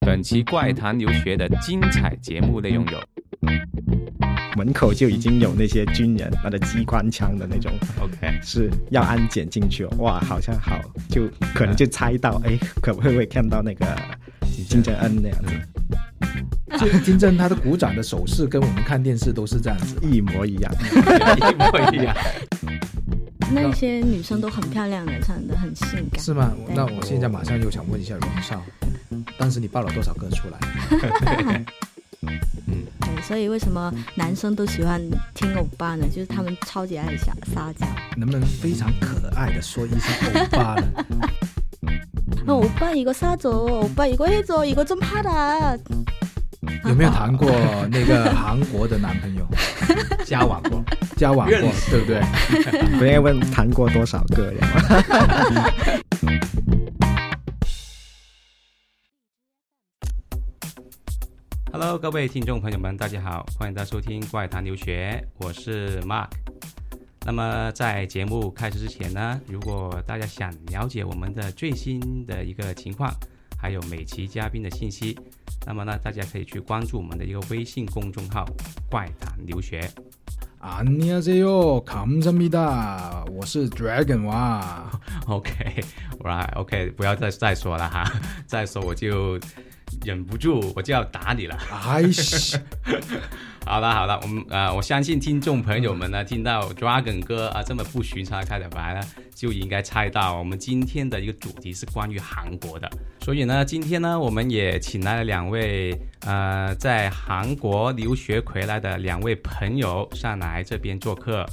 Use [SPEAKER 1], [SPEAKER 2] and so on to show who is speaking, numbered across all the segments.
[SPEAKER 1] 本期《怪谈留学》的精彩节目内容有
[SPEAKER 2] 门口就已经有那些军人拿着机关枪的那种，
[SPEAKER 1] OK，
[SPEAKER 2] 是要安检进去哦。哇，好像好，就可能就猜到，哎，可不会看到那个金正恩嗯那样子，
[SPEAKER 3] 金 金正他的鼓掌的手势跟我们看电视都是这样子。
[SPEAKER 2] 一模一样。
[SPEAKER 1] 一模一样。
[SPEAKER 4] 那些女生都很漂亮的，穿的很性感。
[SPEAKER 3] 是吗？
[SPEAKER 4] 对
[SPEAKER 3] 那我现在马上又想问一下荣少，当时你报了多少个出来？
[SPEAKER 1] 嗯，
[SPEAKER 4] 对，所以为什么男生都喜欢听欧巴呢？就是他们超级爱撒撒娇。
[SPEAKER 3] 能不能非常可爱的说一声欧巴呢？
[SPEAKER 4] 那哦欧巴이거사줘，欧巴이거해줘이거좀팔아。
[SPEAKER 3] 有没有谈过那个韩国的男朋友？交往过，交往过
[SPEAKER 1] 认，
[SPEAKER 3] 对不对？
[SPEAKER 2] 不应该问谈过多少个人啊吗？
[SPEAKER 1] Hello，各位听众朋友们，大家好，欢迎大家收听《怪谈留学》，我是 Mark。那么在节目开始之前呢，如果大家想了解我们的最新的一个情况，还有每期嘉宾的信息，那么呢，大家可以去关注我们的一个微信公众号“怪谈留学
[SPEAKER 3] 안녕하세요，감사합니다。我是 Dragon 哇，”
[SPEAKER 1] OK，right，OK，、不要再再说了哈，再说我就忍不住我就要打你了。
[SPEAKER 3] 哎西，
[SPEAKER 1] 好了好了，我们呃，我相信听众朋友们呢，听到 Dragon 哥啊这么不寻常的开场白呢，就应该猜到我们今天的一个主题是关于韩国的。所以呢，今天呢，我们也请来了两位呃在韩国留学回来的两位朋友上来这边做客。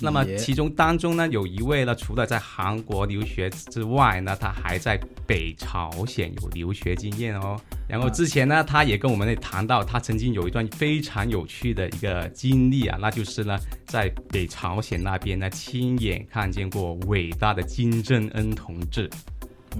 [SPEAKER 1] 那么
[SPEAKER 3] 耶
[SPEAKER 1] 其中当中呢，有一位呢，除了在韩国留学之外呢，他还在北朝鲜有留学经验哦。然后之前呢，他也跟我们也谈到，他曾经有一段非常有趣的一个经历啊，那就是呢，在北朝鲜那边呢，亲眼看见过伟大的金正恩同志。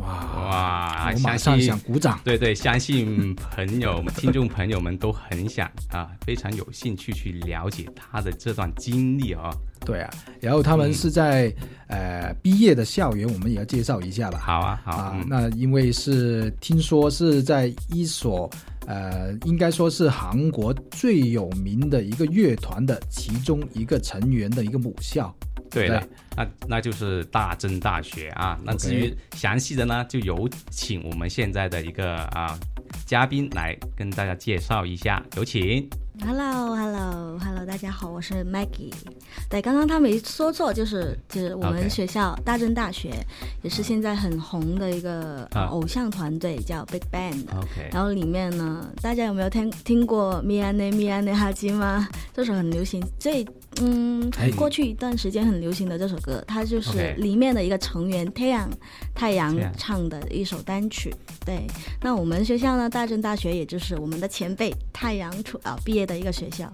[SPEAKER 3] 哇，
[SPEAKER 1] 哇，
[SPEAKER 3] 啊我马
[SPEAKER 1] 相
[SPEAKER 3] 上
[SPEAKER 1] 信
[SPEAKER 3] 想鼓掌。
[SPEAKER 1] 对对，相信朋友们、听众朋友们都很想啊， 非常有兴趣去了解他的这段经历哦。
[SPEAKER 3] 对啊，然后他们是在、呃毕业的校园，我们也要介绍一下了。
[SPEAKER 1] 好啊，好，
[SPEAKER 3] 啊
[SPEAKER 1] 嗯，
[SPEAKER 3] 那因为是听说是在一所呃，应该说是韩国最有名的一个乐团的其中一个成员的一个母校。
[SPEAKER 1] 对了
[SPEAKER 3] 对，
[SPEAKER 1] 那那就是大真大学啊。那
[SPEAKER 3] OK
[SPEAKER 1] 至于详细的呢，就有请我们现在的一个啊嘉宾来跟大家介绍一下，有请。
[SPEAKER 4] Hello，Hello，Hello，大家好，我是 Maggie。对，刚刚他没说错，就是就是我
[SPEAKER 1] OK
[SPEAKER 4] 们学校大正大学也是现在很红的一个呃
[SPEAKER 1] 啊
[SPEAKER 4] 偶像团队，叫 Big Bang 的。
[SPEAKER 1] OK，
[SPEAKER 4] 然后里面呢，大家有没有听听过《米安内米安内哈基》吗？这首很流行，最嗯
[SPEAKER 3] 哎，
[SPEAKER 4] 过去一段时间很流行的这首歌，它就是
[SPEAKER 1] OK
[SPEAKER 4] 里面的一个成员太阳太阳
[SPEAKER 1] 太阳
[SPEAKER 4] 唱的一首单曲。对，那我们学校呢，大正大学也就是我们的前辈太阳出啊、毕业的一个学校。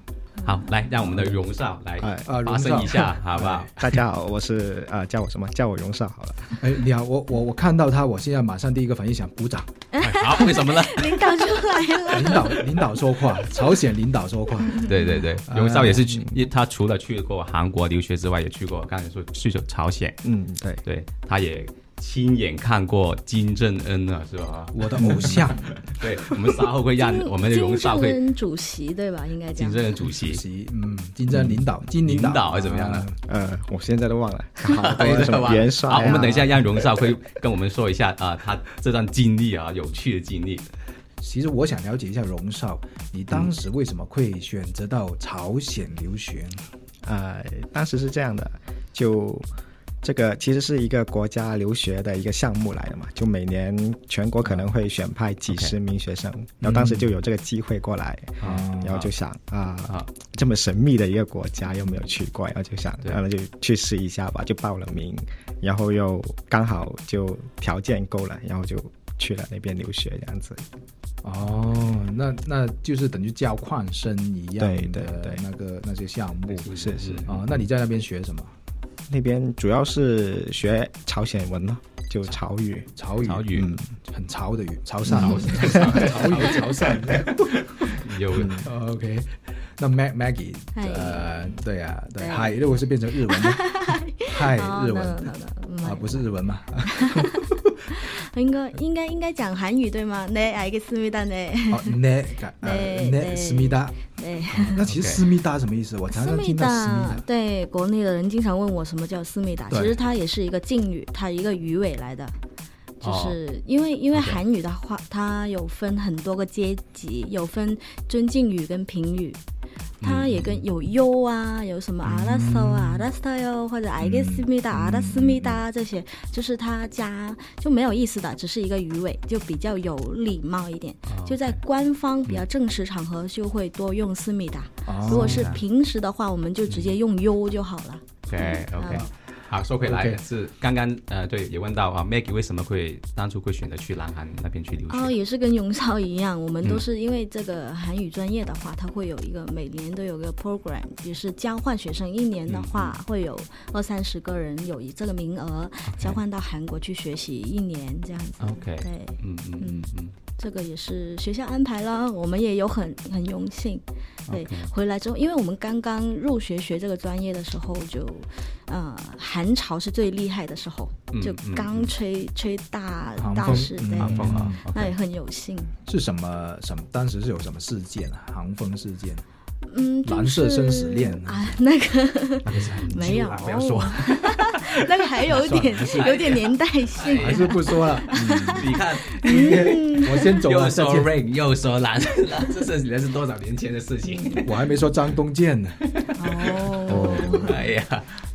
[SPEAKER 1] 好，来让我们的荣少来
[SPEAKER 2] 哎
[SPEAKER 3] 啊荣
[SPEAKER 1] 发声
[SPEAKER 3] 少
[SPEAKER 1] 一下，好不好？
[SPEAKER 2] 大家好，我是啊、叫我什么？叫我荣少好了。
[SPEAKER 3] 哎，你好，我我我看到他，我现在马上第一个反应想鼓掌。
[SPEAKER 1] 哎好，为什么呢？
[SPEAKER 4] 领导出来 了，
[SPEAKER 3] 领导领导说话，朝鲜领导说话。
[SPEAKER 1] 对对对，荣少也是去，因为他除了去过韩国留学之外，也去过刚才说去过朝鲜，
[SPEAKER 2] 嗯，对，
[SPEAKER 1] 对，他也亲眼看过金正恩啊，是吧？
[SPEAKER 3] 我的偶像
[SPEAKER 1] 对，我们稍后会让我们的
[SPEAKER 4] 金
[SPEAKER 1] 荣少
[SPEAKER 4] 正
[SPEAKER 1] 会
[SPEAKER 4] 恩主席对吧？应该这
[SPEAKER 1] 金
[SPEAKER 4] 样。
[SPEAKER 1] 正恩主
[SPEAKER 3] 主
[SPEAKER 1] 席。
[SPEAKER 3] 席，嗯，金正恩领导，金领
[SPEAKER 1] 领导还是怎么样呢
[SPEAKER 3] 啊
[SPEAKER 2] 呃，我现在都忘了， 好多
[SPEAKER 1] 对
[SPEAKER 2] 什
[SPEAKER 1] 对吧
[SPEAKER 2] 么元帅、啊
[SPEAKER 1] 好，我们等一下让荣少会跟我们说一下啊，他这段经历啊，有趣的经历。
[SPEAKER 3] 其实我想了解一下荣少，你当时为什么会选择到朝鲜留学？
[SPEAKER 2] 呃，当时是这样的，就这个其实是一个国家留学的一个项目来的嘛，就每年全国可能会选派几十名学生，然后当时就有这个机会过来，
[SPEAKER 1] 嗯
[SPEAKER 3] 啊
[SPEAKER 2] 然后就想嗯啊、
[SPEAKER 1] 啊
[SPEAKER 2] 这么神秘的一个国家又没有去过，然后就想，
[SPEAKER 1] 对
[SPEAKER 2] 然后就去试一下吧，就报了名，然后又刚好就条件够了，然后就去了那边留学这样子。
[SPEAKER 3] 哦，那那就是等于交换生一样
[SPEAKER 2] 对对
[SPEAKER 3] 的
[SPEAKER 2] 对
[SPEAKER 3] 那个那些项目
[SPEAKER 2] 是是，
[SPEAKER 3] 啊。那你在那边学什么？
[SPEAKER 2] 嗯那边主要是学朝鲜文咯，就朝语。
[SPEAKER 3] 潮语，
[SPEAKER 1] 朝语
[SPEAKER 2] 嗯，
[SPEAKER 3] 很潮的语，潮汕， 潮语，潮汕。
[SPEAKER 1] 有
[SPEAKER 3] Oh, OK，那 Mag Maggie，
[SPEAKER 4] 嗨
[SPEAKER 3] 呃，对啊，对，
[SPEAKER 4] 对
[SPEAKER 3] 嗨，如果是变成 日文呢？嗨，
[SPEAKER 4] 哦
[SPEAKER 3] 日
[SPEAKER 4] no,
[SPEAKER 3] 文啊
[SPEAKER 1] 啊
[SPEAKER 4] no, no, no, no,
[SPEAKER 3] 啊，不是日文吗？
[SPEAKER 4] 应该应该应该讲韩语对吗？네알겠습니다네
[SPEAKER 3] 哦，奈改呃
[SPEAKER 4] 对
[SPEAKER 3] 奈
[SPEAKER 4] 对
[SPEAKER 3] 思密达，哦
[SPEAKER 4] 네
[SPEAKER 3] 那其实
[SPEAKER 1] OK
[SPEAKER 3] 思密达什么意思？我常
[SPEAKER 4] 思
[SPEAKER 3] 常
[SPEAKER 4] 密
[SPEAKER 3] 听到思密
[SPEAKER 4] 达
[SPEAKER 3] 达，，
[SPEAKER 4] 对国内的人经常问我什么叫思密达，其
[SPEAKER 3] 对
[SPEAKER 4] 实它也是一个敬语，它一个鱼尾来的。就
[SPEAKER 1] 哦
[SPEAKER 4] 是因为因为
[SPEAKER 1] OK
[SPEAKER 4] 韩语的话，它有分很多个阶级，有分尊敬语跟评语，它也
[SPEAKER 3] 嗯
[SPEAKER 4] 跟有优啊，有什么阿拉斯啊、阿拉斯特哟，或者
[SPEAKER 3] 嗯
[SPEAKER 4] 알겠습니다、阿拉斯密达这些，就是它加就没有意思的，只是一个鱼尾，就比较有礼貌一点。
[SPEAKER 3] 哦
[SPEAKER 4] 就在官方
[SPEAKER 3] 嗯
[SPEAKER 4] 比较正式场合就会多用思密达。
[SPEAKER 3] 哦
[SPEAKER 4] 如果是平时的话，我们就直接用 U 就好了。
[SPEAKER 1] OK OK，好，说回来
[SPEAKER 3] OK
[SPEAKER 1] 是刚刚呃，对，也问到啊，Maggie 为什么会当初会选择去南韩那边去留
[SPEAKER 4] 然后
[SPEAKER 1] 学？
[SPEAKER 4] 哦也是跟永超一样，我们都是因为这个韩语专业的话，它会有一个每年都有个 program，也是交换学生，一年的话会有二三十个人有一这个名额交换到韩国去学习一年这样子。
[SPEAKER 1] OK
[SPEAKER 4] 对，
[SPEAKER 1] 嗯嗯嗯嗯，
[SPEAKER 4] 这个也是学校安排啦，我们也有很很荣幸。对
[SPEAKER 1] OK
[SPEAKER 4] 回来之后，因为我们刚刚入学学这个专业的时候就，呃，寒潮是最厉害的时候，
[SPEAKER 1] 嗯
[SPEAKER 4] 就
[SPEAKER 1] 嗯
[SPEAKER 4] 刚吹吹大
[SPEAKER 3] 寒
[SPEAKER 4] 大
[SPEAKER 3] 风
[SPEAKER 4] 事，
[SPEAKER 3] 嗯
[SPEAKER 4] 对，
[SPEAKER 1] 韩风啊
[SPEAKER 4] 那也
[SPEAKER 1] ，OK，
[SPEAKER 4] 很有幸。
[SPEAKER 3] 是什么什么？当时是有什么事件啊？航风事件，
[SPEAKER 4] 嗯，就
[SPEAKER 3] 蓝色
[SPEAKER 4] 是
[SPEAKER 3] 生死恋
[SPEAKER 4] 啊，那个
[SPEAKER 3] 那个是很久了
[SPEAKER 4] 没有
[SPEAKER 3] 不要说，
[SPEAKER 4] 那个还有 点有点年代性。
[SPEAKER 3] 还是不说 了。
[SPEAKER 1] 你看，
[SPEAKER 3] 我先
[SPEAKER 2] 啊
[SPEAKER 3] 走了，
[SPEAKER 1] 又
[SPEAKER 3] 再
[SPEAKER 1] 说
[SPEAKER 3] 见。
[SPEAKER 1] Rain，又说蓝， 蓝这是那是多少年前的事情？
[SPEAKER 3] 我还没说张东健呢。
[SPEAKER 4] 哦，
[SPEAKER 2] 嗯
[SPEAKER 1] 哎呀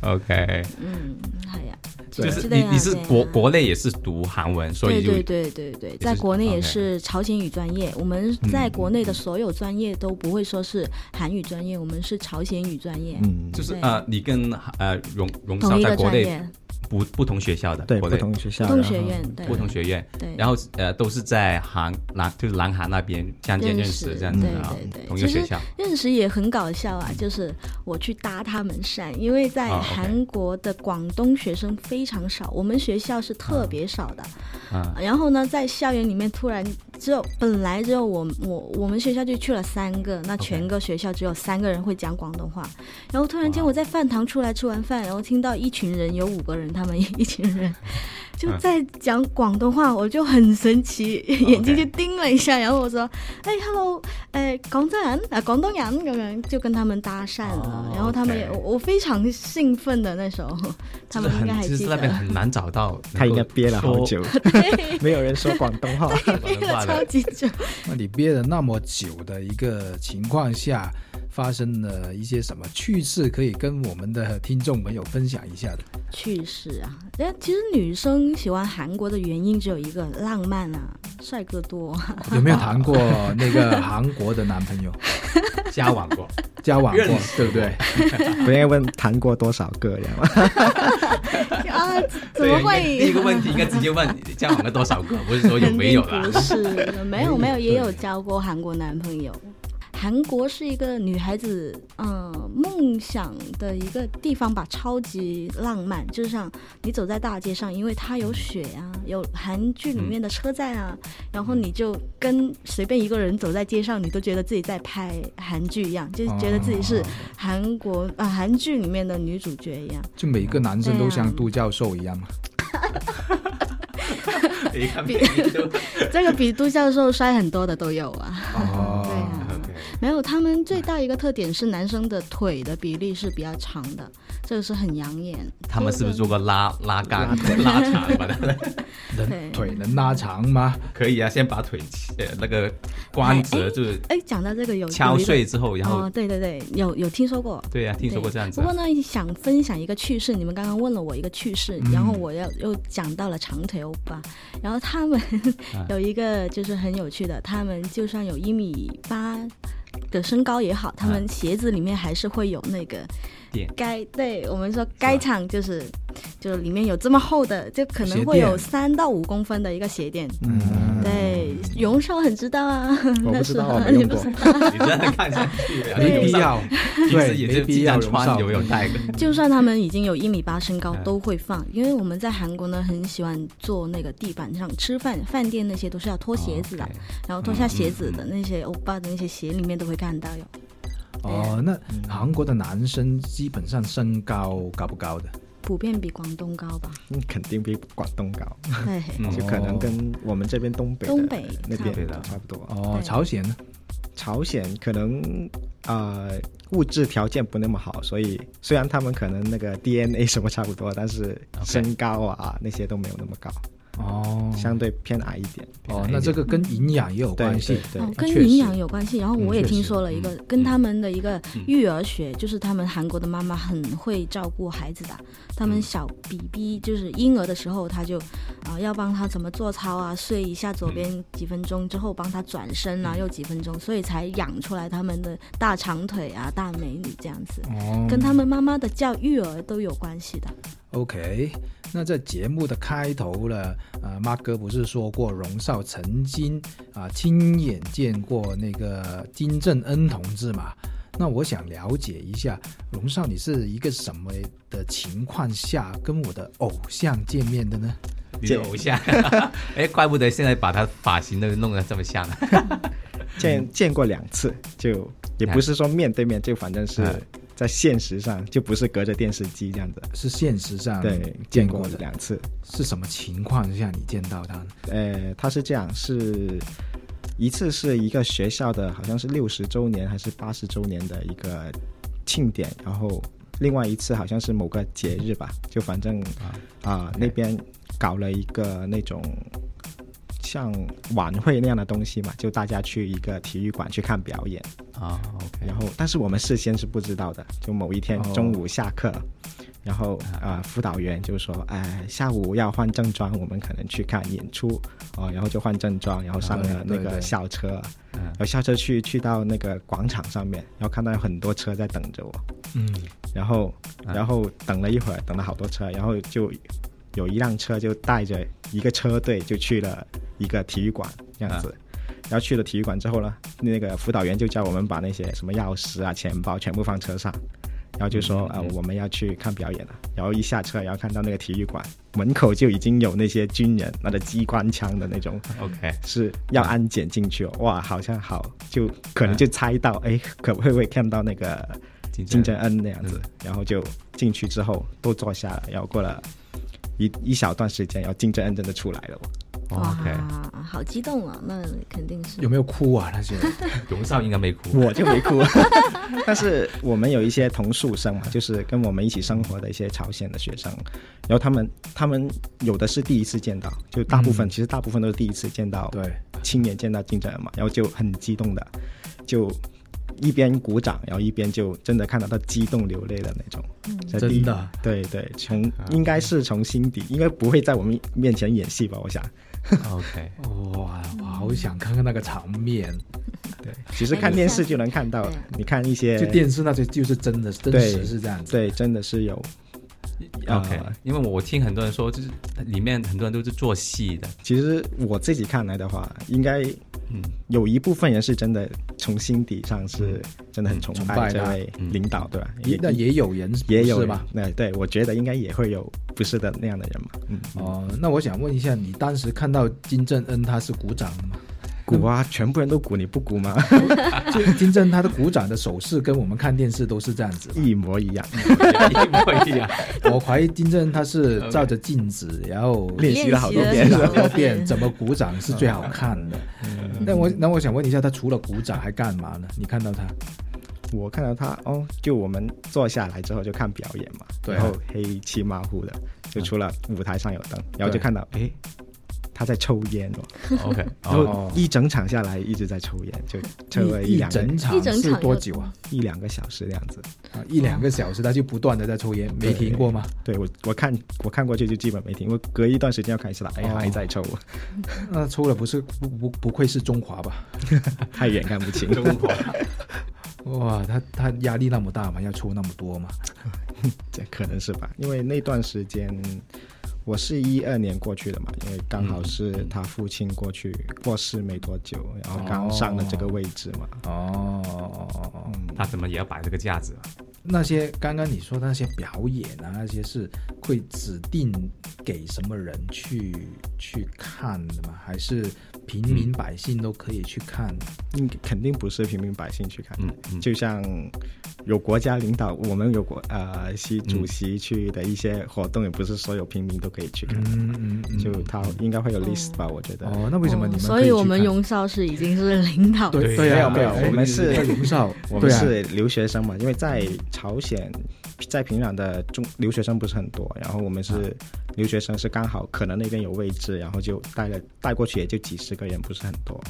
[SPEAKER 1] ，OK，
[SPEAKER 4] 嗯，哎呀，
[SPEAKER 3] 对
[SPEAKER 1] 就是
[SPEAKER 4] 这
[SPEAKER 1] 你
[SPEAKER 4] 样
[SPEAKER 1] 你是
[SPEAKER 4] 这样
[SPEAKER 1] 国国内也是读韩文，所
[SPEAKER 4] 对
[SPEAKER 1] 以就
[SPEAKER 4] 对对对对，在国内也是朝鲜语专业。我们
[SPEAKER 1] 嗯
[SPEAKER 4] 在国内的所有专业都不会说是韩语专业，我们是朝鲜语专业，
[SPEAKER 2] 嗯，
[SPEAKER 1] 就是
[SPEAKER 4] 对
[SPEAKER 1] 呃，你跟呃荣荣
[SPEAKER 4] 同
[SPEAKER 1] 少
[SPEAKER 4] 一
[SPEAKER 1] 在
[SPEAKER 4] 个
[SPEAKER 1] 国
[SPEAKER 4] 专
[SPEAKER 1] 内
[SPEAKER 4] 业，
[SPEAKER 1] 不不同学校的，
[SPEAKER 2] 对
[SPEAKER 1] 国
[SPEAKER 2] 不
[SPEAKER 1] 内
[SPEAKER 2] 同学校，
[SPEAKER 4] 动
[SPEAKER 2] 然后
[SPEAKER 4] 学院对
[SPEAKER 1] 不同学院，
[SPEAKER 4] 对。
[SPEAKER 1] 然后呃都是在韩南就是南韩那边相见认识
[SPEAKER 4] 认识
[SPEAKER 1] 这样子
[SPEAKER 4] 对
[SPEAKER 1] 啊
[SPEAKER 4] 对，对
[SPEAKER 1] 同一个
[SPEAKER 4] 其实
[SPEAKER 1] 学校。
[SPEAKER 4] 认识也很搞笑啊，就是我去搭他们讪，因为在
[SPEAKER 1] 啊，OK
[SPEAKER 4] 韩国的广东学生非常少，我们学校是特别少的。
[SPEAKER 1] 啊
[SPEAKER 4] 然后呢，在校园里面突然只有本来只有我我我们学校就去了三个，那
[SPEAKER 1] OK
[SPEAKER 4] 全个学校只有三个人会讲广东话。然后突然间我在饭堂出来吃完饭，然后听到一群人有五个人，他们一一群 人就在讲广东话，我就很神
[SPEAKER 1] 啊
[SPEAKER 4] 奇，眼睛就盯了一下，然后我说：“哎，hello，哎，广州人啊，广东人咁样，就跟他们搭讪了。
[SPEAKER 1] 哦
[SPEAKER 4] 然后他们也
[SPEAKER 1] OK
[SPEAKER 4] 我我非常兴奋的那时 候，他
[SPEAKER 1] 就是
[SPEAKER 4] 们应该
[SPEAKER 1] 很，
[SPEAKER 4] 还
[SPEAKER 1] 就
[SPEAKER 4] 记
[SPEAKER 1] 是
[SPEAKER 4] 得
[SPEAKER 1] 那。边很难找到能够说，
[SPEAKER 2] 他应该憋了好 久，没有人说广东话。
[SPEAKER 1] 广东话
[SPEAKER 4] 超
[SPEAKER 1] 的。
[SPEAKER 4] 级久，
[SPEAKER 3] 那你憋了那么久的一个情况下，发生了一些什么趣事，可以跟我们的听众朋友分享一 下的？
[SPEAKER 4] 趣事啊！但其实女生喜欢韩国的原因只有一个，浪漫啊，帅哥多 啊。
[SPEAKER 3] 有没有谈过那个韩国的男朋友，
[SPEAKER 1] 交往 过，
[SPEAKER 3] 交往 过
[SPEAKER 1] 认，识
[SPEAKER 3] 对不对？
[SPEAKER 2] 不应该问谈过多少个人吗？
[SPEAKER 4] 啊怎么
[SPEAKER 1] 所以应该第
[SPEAKER 4] 会？
[SPEAKER 1] 一个问题应该直接问你交往了多少个，不是说有
[SPEAKER 4] 肯
[SPEAKER 1] 没有
[SPEAKER 4] 定
[SPEAKER 1] 啦
[SPEAKER 4] 不。是， 没有没有，也有
[SPEAKER 3] 对
[SPEAKER 4] 交过韩国男朋友。韩国是一个女孩子，嗯、梦想的一个地方吧，超级浪漫。就像你走在大街上，因为它有雪啊，有韩剧
[SPEAKER 1] 嗯
[SPEAKER 4] 里面的车站啊，然后你就跟随便一个人走在街上，你都觉得自己在拍韩剧一样，就是觉得自己是
[SPEAKER 3] 哦
[SPEAKER 4] 韩国啊、韩剧里面的女主角一样。
[SPEAKER 3] 就每个男生都像
[SPEAKER 4] 对啊
[SPEAKER 3] 杜教授一样嘛。
[SPEAKER 1] 你看哎别人都
[SPEAKER 4] 这个比杜教授帅很多的都有啊，
[SPEAKER 1] 嗯
[SPEAKER 3] 哦，
[SPEAKER 4] 对啊。
[SPEAKER 1] OK，
[SPEAKER 4] 没有，他们最大一个特点是男生的腿的比例是比较长的，这个是很养眼。
[SPEAKER 1] 他们是不是做过拉拉杆、拉长把它
[SPEAKER 4] 对
[SPEAKER 1] 嗯
[SPEAKER 3] 能腿能拉长吗？
[SPEAKER 1] 可以啊，先把腿呃那个关
[SPEAKER 4] 哎哎
[SPEAKER 1] 节就是
[SPEAKER 4] 哎，讲到这个有
[SPEAKER 1] 敲碎
[SPEAKER 4] 有一
[SPEAKER 1] 之后，
[SPEAKER 4] 个
[SPEAKER 1] 然后
[SPEAKER 4] 哦，对对对，有有听说过。
[SPEAKER 1] 对呀、听说过
[SPEAKER 4] 对
[SPEAKER 1] 这样子
[SPEAKER 4] 不
[SPEAKER 1] 啊
[SPEAKER 4] 过。呢，想分享一个趣事，你们刚刚问了我一个趣事，
[SPEAKER 3] 嗯
[SPEAKER 4] 然后我要又讲到了长腿欧巴，然后他们
[SPEAKER 3] 啊
[SPEAKER 4] 有一个就是很有趣的，他们就算有一米八的身高也好，他
[SPEAKER 3] 啊
[SPEAKER 4] 们鞋子里面还是会有那个
[SPEAKER 1] 垫
[SPEAKER 4] 该对我们说该场就是。就里面有这么厚的，就可能会
[SPEAKER 3] 鞋垫
[SPEAKER 4] 有三到五公分的一个鞋垫。
[SPEAKER 2] 嗯，
[SPEAKER 4] 对，荣少很知道啊，
[SPEAKER 2] 我不
[SPEAKER 4] 那
[SPEAKER 2] 知
[SPEAKER 4] 时
[SPEAKER 2] 道，嗯
[SPEAKER 4] 候
[SPEAKER 2] 我没用
[SPEAKER 4] 你不
[SPEAKER 2] 过
[SPEAKER 4] 是。
[SPEAKER 1] 你真的看上去啊，
[SPEAKER 3] 没必要，
[SPEAKER 1] 平时
[SPEAKER 3] 对，
[SPEAKER 1] 也
[SPEAKER 3] 没
[SPEAKER 1] 是
[SPEAKER 3] 必
[SPEAKER 1] 经
[SPEAKER 3] 要
[SPEAKER 1] 常
[SPEAKER 3] 荣少
[SPEAKER 1] 穿游泳带的。
[SPEAKER 4] 就算他们已经有一米八身高
[SPEAKER 1] 嗯
[SPEAKER 4] 都会放，因为我们在韩国呢很喜欢坐那个地板上吃饭，饭店那些都是要脱鞋子的，
[SPEAKER 1] OK
[SPEAKER 4] 然后脱下鞋子的那些欧巴的那些鞋里面都会看到有。
[SPEAKER 3] 哦，那韩国的男生基本上身高高不高的？
[SPEAKER 4] 普遍比广东高吧？
[SPEAKER 2] 嗯肯定比广东高，
[SPEAKER 4] 对，
[SPEAKER 1] 嗯
[SPEAKER 2] 就可能跟我们这边东北的
[SPEAKER 4] 东北
[SPEAKER 2] 那
[SPEAKER 4] 差不
[SPEAKER 2] 边
[SPEAKER 1] 多
[SPEAKER 2] 差不多。
[SPEAKER 3] 哦，
[SPEAKER 4] 对
[SPEAKER 3] 朝鲜呢？
[SPEAKER 2] 朝鲜可能呃物质条件不那么好，所以虽然他们可能那个 DNA 什么差不多，但是
[SPEAKER 1] OK
[SPEAKER 2] 身高啊那些都没有那么高，
[SPEAKER 3] 哦
[SPEAKER 2] 相对偏矮一点。
[SPEAKER 3] 哦，那这个跟营养也有
[SPEAKER 2] 哎对
[SPEAKER 3] 关系。
[SPEAKER 2] 对啊
[SPEAKER 4] 哦
[SPEAKER 2] 对，
[SPEAKER 4] 跟
[SPEAKER 3] 确实
[SPEAKER 4] 营养有关系。然后
[SPEAKER 3] 嗯
[SPEAKER 4] 我也
[SPEAKER 3] 确实
[SPEAKER 4] 听说了一个、跟他们的一个育儿学，就是他们韩国的妈妈很会照顾孩子的，他们小 BB 就是婴儿的时候，他就啊、要帮他怎么做操啊，睡一下左边几分钟之后帮他转身啊，又几分钟，所以才养出来他们的大长腿啊、大美女这样子，
[SPEAKER 3] 哦，
[SPEAKER 4] 跟他们妈妈的教育儿都有关系的。
[SPEAKER 3] OK，那在节目的开头呢，呃，马哥不是说过荣少曾经啊、亲眼见过那个金正恩同志嘛？那我想了解一下，荣少你是一个什么的情况下跟我的偶像见面的呢？
[SPEAKER 1] 你的偶像，哎，怪不得现在把他发型都弄得这么像了。啊
[SPEAKER 2] 见见过两次，就也不是说面对面，就反正是
[SPEAKER 1] 嗯
[SPEAKER 2] 在现实上，就不是隔着电视机这样子。
[SPEAKER 3] 是现实上
[SPEAKER 2] 对，
[SPEAKER 3] 见
[SPEAKER 2] 嗯见
[SPEAKER 3] 过
[SPEAKER 2] 过
[SPEAKER 3] 的，
[SPEAKER 2] 两次。
[SPEAKER 3] 是什么情况下你见到他呢？
[SPEAKER 2] 呃，他是这样，是一次是一个学校的，好像是六十周年还是八十周年的一个庆典，然后另外一次好像是某个节日吧，就反正啊、那边搞了一个那种。像晚会那样的东西嘛，就大家去一个体育馆去看表演，
[SPEAKER 1] 啊，OK，
[SPEAKER 2] 然后但是我们事先是不知道的，就某一天
[SPEAKER 3] 哦
[SPEAKER 2] 中午下课，然后呃辅导员就说，哎，下午要换正装，我们可能去看演出哦，然后就换正装，然后上了
[SPEAKER 3] 对
[SPEAKER 2] 那
[SPEAKER 3] 啊对
[SPEAKER 2] 个
[SPEAKER 3] 对
[SPEAKER 2] 校车，
[SPEAKER 1] 嗯
[SPEAKER 2] 然后校车去去到那个广场上面，然后看到有很多车在等着我，
[SPEAKER 3] 嗯，
[SPEAKER 2] 然后
[SPEAKER 1] 嗯
[SPEAKER 2] 然后等了一会儿，等了好多车，然后就有一辆车就带着一个车队就去了一个体育馆这样子。然后去了体育馆之后呢，那个辅导员就叫我们把那些什么钥匙啊、钱包全部放车上，然后就说啊、呃我们要去看表演了。然后一下车，然后看到那个体育馆门口就已经有那些军人拿着机关枪的那种，
[SPEAKER 1] ，OK，
[SPEAKER 2] 是要安检进去、哦。哇，好像好，就可能就猜到，哎、可不会不会看到那个
[SPEAKER 1] 金
[SPEAKER 2] 金
[SPEAKER 1] 正
[SPEAKER 2] 正恩那样子，然后就进去之后都坐下了，然后过了一一小段时间，然后金正恩真的出来了，
[SPEAKER 1] 哦，OK，
[SPEAKER 4] 哇，好激动啊！那肯定是
[SPEAKER 3] 有没有哭 啊？那些
[SPEAKER 1] 荣少应该没哭
[SPEAKER 2] 我我就没哭。 但是我们有一些同宿生嘛，就是跟我们一起生活的一些朝鲜的学生，然后他们他们有的是第一次见到，就大部分、其实大部分都是第一次见到，
[SPEAKER 3] 对，
[SPEAKER 2] 亲眼见到金正恩嘛，然后就很激动的就。一边鼓掌，然后一边就真的看到他激动流泪的那种，在第一
[SPEAKER 3] 真的啊
[SPEAKER 2] 对对，从应该是从心底，应该不会在我们面前演戏吧？我想，
[SPEAKER 1] ，OK，
[SPEAKER 3] 哇，我好想看看那个场面，
[SPEAKER 2] 对，其实看电视就能看到了
[SPEAKER 4] 对，
[SPEAKER 2] 哎你看一些
[SPEAKER 3] 就电视那些就是真的，真
[SPEAKER 2] 对
[SPEAKER 3] 实是这样子。
[SPEAKER 2] 对，真的是有，啊
[SPEAKER 1] OK，因为我听很多人说，就是里面很多人都是做戏的，
[SPEAKER 2] 其实我自己看来的话，应该
[SPEAKER 1] 嗯
[SPEAKER 2] 有一部分人是真的从心底上是真的很崇
[SPEAKER 3] 嗯崇拜
[SPEAKER 2] 拜这
[SPEAKER 3] 他
[SPEAKER 2] 位领导，对吧？
[SPEAKER 3] 也那也有人
[SPEAKER 2] 也有
[SPEAKER 3] 是
[SPEAKER 2] 人
[SPEAKER 3] 吧？？
[SPEAKER 2] 对对，我觉得应该也会有不是的那样的人嘛。嗯，
[SPEAKER 3] 哦，那我想问一下，你当时看到金正恩他是鼓掌的 吗？
[SPEAKER 2] 鼓啊，全部人都鼓，你不鼓吗？。
[SPEAKER 3] 就金正恩他的鼓掌的手势跟我们看电视都是这样子
[SPEAKER 2] 一模一样，
[SPEAKER 1] 一模一样。
[SPEAKER 3] 我怀疑金正恩他是照着镜子，然后
[SPEAKER 2] 练习了好多
[SPEAKER 4] 练
[SPEAKER 2] 遍
[SPEAKER 4] 习
[SPEAKER 3] 了
[SPEAKER 4] 了
[SPEAKER 3] 好多遍怎么鼓掌是最好看的。
[SPEAKER 2] 嗯
[SPEAKER 3] 那我那我想问一下，他除了鼓掌还干嘛呢？你看到他？
[SPEAKER 2] 我看到他哦，就我们坐下来之后就看表演嘛，
[SPEAKER 3] 对
[SPEAKER 2] 然后黑漆麻糊的，就除了舞台上有
[SPEAKER 3] 嗯
[SPEAKER 2] 灯，然后就看到哎，诶他在抽烟哦，
[SPEAKER 1] OK，
[SPEAKER 2] 然后一整场下来一直在抽烟，就抽了
[SPEAKER 3] 一
[SPEAKER 2] 两个
[SPEAKER 3] 整场
[SPEAKER 4] 一整
[SPEAKER 3] 是
[SPEAKER 4] 场
[SPEAKER 3] 多
[SPEAKER 4] 有
[SPEAKER 3] 久啊？
[SPEAKER 2] 一两个小时这样子。
[SPEAKER 3] 啊，一两个小时他就不断的在抽烟，没停过吗？
[SPEAKER 2] 对我我看我看过去就基本没停，我隔一段时间要看一次了，哎
[SPEAKER 3] 哦
[SPEAKER 2] 还在抽，
[SPEAKER 3] 那抽了不是不不不愧是中华吧？
[SPEAKER 2] 太远看不清。
[SPEAKER 3] 哇，他他压力那么大嘛，要抽那么多嘛？
[SPEAKER 2] 这可能是吧，因为那段时间我是一二年过去的嘛，因为刚
[SPEAKER 3] 嗯
[SPEAKER 2] 好是他父亲过去过世没多久，然后刚上了这个位置嘛。
[SPEAKER 3] 哦，
[SPEAKER 1] 他怎么也要摆这个架子啊？
[SPEAKER 3] 那些刚刚你说的那些表演啊，那些是会指定给什么人去去看的吗？还是平民百姓都可以去看？
[SPEAKER 2] 嗯，肯定不是平民百姓去看的，
[SPEAKER 1] 嗯嗯
[SPEAKER 2] 就像有国家领导，我们有国呃
[SPEAKER 3] 嗯
[SPEAKER 2] 习主席去的一些活动，也不是所有平民都可以去看，
[SPEAKER 3] 嗯嗯嗯
[SPEAKER 2] 就他应该会有 list 吧，我觉得。
[SPEAKER 3] 哦，那为什么你
[SPEAKER 4] 哦
[SPEAKER 3] 们可
[SPEAKER 4] 所
[SPEAKER 3] 以去看？
[SPEAKER 4] 我们荣少是已经是领导
[SPEAKER 3] 对
[SPEAKER 1] 对
[SPEAKER 3] 呀、
[SPEAKER 2] 没有没有
[SPEAKER 3] 哎
[SPEAKER 2] 我们是
[SPEAKER 3] 在荣少，
[SPEAKER 2] 我们
[SPEAKER 3] 对啊
[SPEAKER 2] 是留学生嘛，因为在朝鲜，在平壤的中留学生不是很多，然后我们是
[SPEAKER 3] 啊
[SPEAKER 2] 留学生是刚好可能那边有位置，然后就带了带过去也就几十个人，不是很多，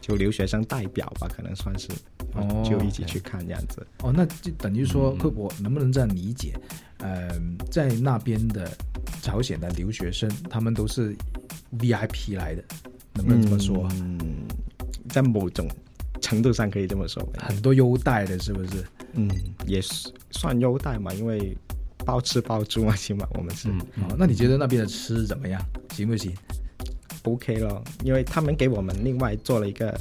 [SPEAKER 2] 就留学生代表吧，可能算是，然后
[SPEAKER 3] 哦
[SPEAKER 2] 就一起去看这样子。
[SPEAKER 3] 哦，那就等于说，
[SPEAKER 2] 嗯
[SPEAKER 3] 可我能不能这样理解？呃，在那边的朝鲜的留学生，他们都是 VIP 来的，能不能这么说？啊
[SPEAKER 2] 嗯，在某种程度上可以这么说吧，
[SPEAKER 3] 很多优待的，是不是？
[SPEAKER 2] 嗯，也是算优待嘛，因为包吃包住嘛，起码我们是。
[SPEAKER 1] 嗯
[SPEAKER 3] 哦，那你觉得那边的吃怎么样？行不行？
[SPEAKER 2] OK 了，因为他们给我们另外做了一个，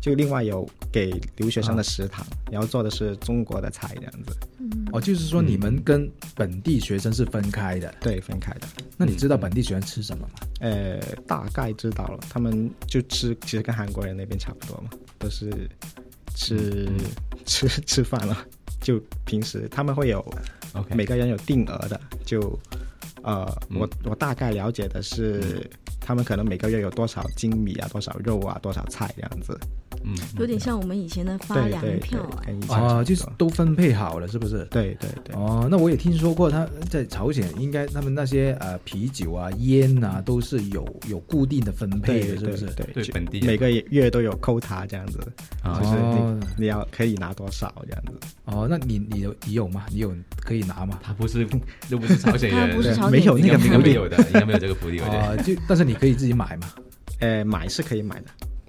[SPEAKER 2] 就另外有给留学生的食堂，然后做的是中国的菜这样子，
[SPEAKER 4] 嗯
[SPEAKER 3] 哦，就是说
[SPEAKER 2] 嗯
[SPEAKER 3] 你们跟本地学生是分开的。
[SPEAKER 2] 对，分开的。
[SPEAKER 3] 那你知
[SPEAKER 2] 嗯
[SPEAKER 3] 道本地学生吃什么吗？
[SPEAKER 2] 呃，大概知道了，他们就吃，其实跟韩国人那边差不多嘛，都是吃、
[SPEAKER 3] 嗯
[SPEAKER 2] 吃 吃饭了。就平时他们会有
[SPEAKER 1] OK
[SPEAKER 2] 每个人有定额的，就呃，我我大概了解的是，
[SPEAKER 3] 嗯
[SPEAKER 2] 他们可能每个月有多少斤米啊，多少肉啊，多少菜这样子。
[SPEAKER 1] 嗯，
[SPEAKER 4] 有点像我们以前的发
[SPEAKER 2] 对
[SPEAKER 4] 粮
[SPEAKER 2] 对对
[SPEAKER 4] 票啊，，
[SPEAKER 2] 跟以前差
[SPEAKER 3] 啊、
[SPEAKER 2] 不
[SPEAKER 3] 就是
[SPEAKER 2] 多
[SPEAKER 3] 都分配好了，是不是？
[SPEAKER 2] 对对对。
[SPEAKER 3] 哦，那我也听说过，他在朝鲜应该他们那些呃啤酒啊、烟啊都是有有固定的分配
[SPEAKER 2] 对
[SPEAKER 3] 的，是不是？
[SPEAKER 2] 对
[SPEAKER 1] 对
[SPEAKER 2] 就
[SPEAKER 1] 本地人
[SPEAKER 2] 每个月都有扣他这样子，
[SPEAKER 1] 啊
[SPEAKER 2] 就是
[SPEAKER 3] 哦
[SPEAKER 2] 你你要可以拿多少这样子，
[SPEAKER 3] 哦，那你你有你有吗？你有可以拿吗？
[SPEAKER 1] 他不是都不是朝鲜人，
[SPEAKER 4] 他不是朝鲜
[SPEAKER 2] 没有
[SPEAKER 1] 应
[SPEAKER 2] 那
[SPEAKER 1] 该
[SPEAKER 2] 个哦
[SPEAKER 1] 应
[SPEAKER 2] 福
[SPEAKER 1] 该没
[SPEAKER 2] 利，
[SPEAKER 1] 有的，应该没有这个福利，我觉
[SPEAKER 3] 啊、
[SPEAKER 1] 得。
[SPEAKER 3] 就但是你可以自己买嘛，
[SPEAKER 2] 呃，买是可以买的，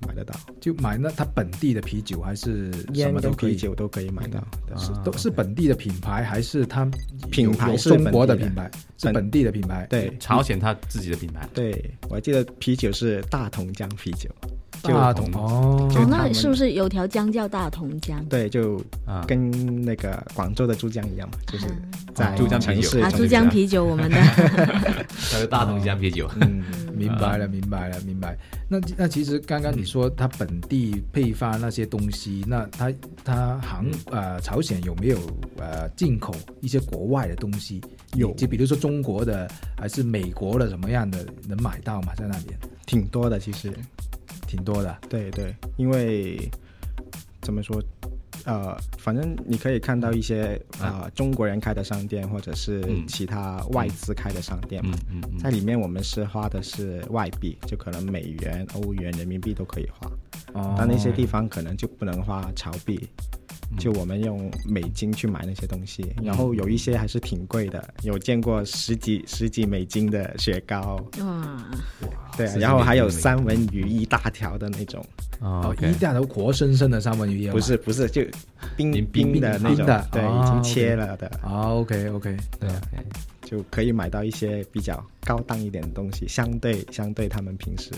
[SPEAKER 2] 买得到，
[SPEAKER 3] 就买那他本地的啤酒还是什
[SPEAKER 2] 烟
[SPEAKER 3] 么都
[SPEAKER 2] 跟
[SPEAKER 3] 可以
[SPEAKER 2] 啤，酒都可以买到，但是
[SPEAKER 3] 是都是本地的品牌还是他
[SPEAKER 2] 品牌
[SPEAKER 3] 有有
[SPEAKER 2] 是
[SPEAKER 3] 中国的
[SPEAKER 2] 本
[SPEAKER 3] 品
[SPEAKER 2] 地的
[SPEAKER 3] 牌是本地的品牌，
[SPEAKER 2] 对
[SPEAKER 1] 朝鲜他自己的品牌，
[SPEAKER 2] 对，我还记得啤酒是大同江啤酒，就
[SPEAKER 3] 大同哦
[SPEAKER 2] 就
[SPEAKER 4] 哦，
[SPEAKER 2] 他
[SPEAKER 4] 那
[SPEAKER 2] 们
[SPEAKER 4] 是不是有条江叫大同江？
[SPEAKER 2] 对，就
[SPEAKER 1] 啊
[SPEAKER 2] 跟那个广州的珠江一样嘛，就是在
[SPEAKER 1] 珠江啤
[SPEAKER 2] 城
[SPEAKER 1] 酒
[SPEAKER 2] 市
[SPEAKER 4] 啊，
[SPEAKER 2] 中
[SPEAKER 4] 珠江啤酒，我们的
[SPEAKER 1] 他是大同江啤酒。
[SPEAKER 2] 哦
[SPEAKER 3] 嗯，明白了，明白了，明白。那那其实刚刚你说他本地配发那些东西，那他他韩
[SPEAKER 2] 嗯
[SPEAKER 3] 呃朝鲜有没有呃进口一些国外的东西？
[SPEAKER 2] 有
[SPEAKER 3] 就比如说中国的还是美国的什么样的能买到嘛？在那边
[SPEAKER 2] 挺多的其实，
[SPEAKER 3] 挺多的。
[SPEAKER 2] 对对，因为怎么说，呃，反正你可以看到一些啊、呃、中国人开的商店，或者是
[SPEAKER 1] 嗯
[SPEAKER 2] 其他外资开的商店嘛
[SPEAKER 1] 嗯，嗯嗯，
[SPEAKER 2] 在里面我们是花的是外币，就可能美元、欧元、人民币都可以花，
[SPEAKER 3] 哦，
[SPEAKER 2] 但那些地方可能就不能花潮币。
[SPEAKER 1] 嗯
[SPEAKER 2] 就我们用美金去买那些东西，然后有一些还是挺贵的，有见过十几十几美金的雪糕，
[SPEAKER 4] 哇，
[SPEAKER 2] 对啊、
[SPEAKER 1] 十几
[SPEAKER 2] 然后还有
[SPEAKER 1] 美金
[SPEAKER 2] 三文鱼一大条的那种，
[SPEAKER 1] 哦
[SPEAKER 3] 哦，
[SPEAKER 1] ，OK
[SPEAKER 3] 一大头活生生的三文鱼也有
[SPEAKER 2] 不是不是，就冰
[SPEAKER 1] 冰
[SPEAKER 2] 冰的那
[SPEAKER 3] 啊冰
[SPEAKER 2] 种
[SPEAKER 3] 的，
[SPEAKER 2] 对，
[SPEAKER 3] 啊
[SPEAKER 2] 已经
[SPEAKER 3] OK
[SPEAKER 2] 切了的，
[SPEAKER 3] 买。啊，OK OK，
[SPEAKER 1] 对，OK，
[SPEAKER 2] 就可以买到一些比较高档一点的东西，相对相对他们平时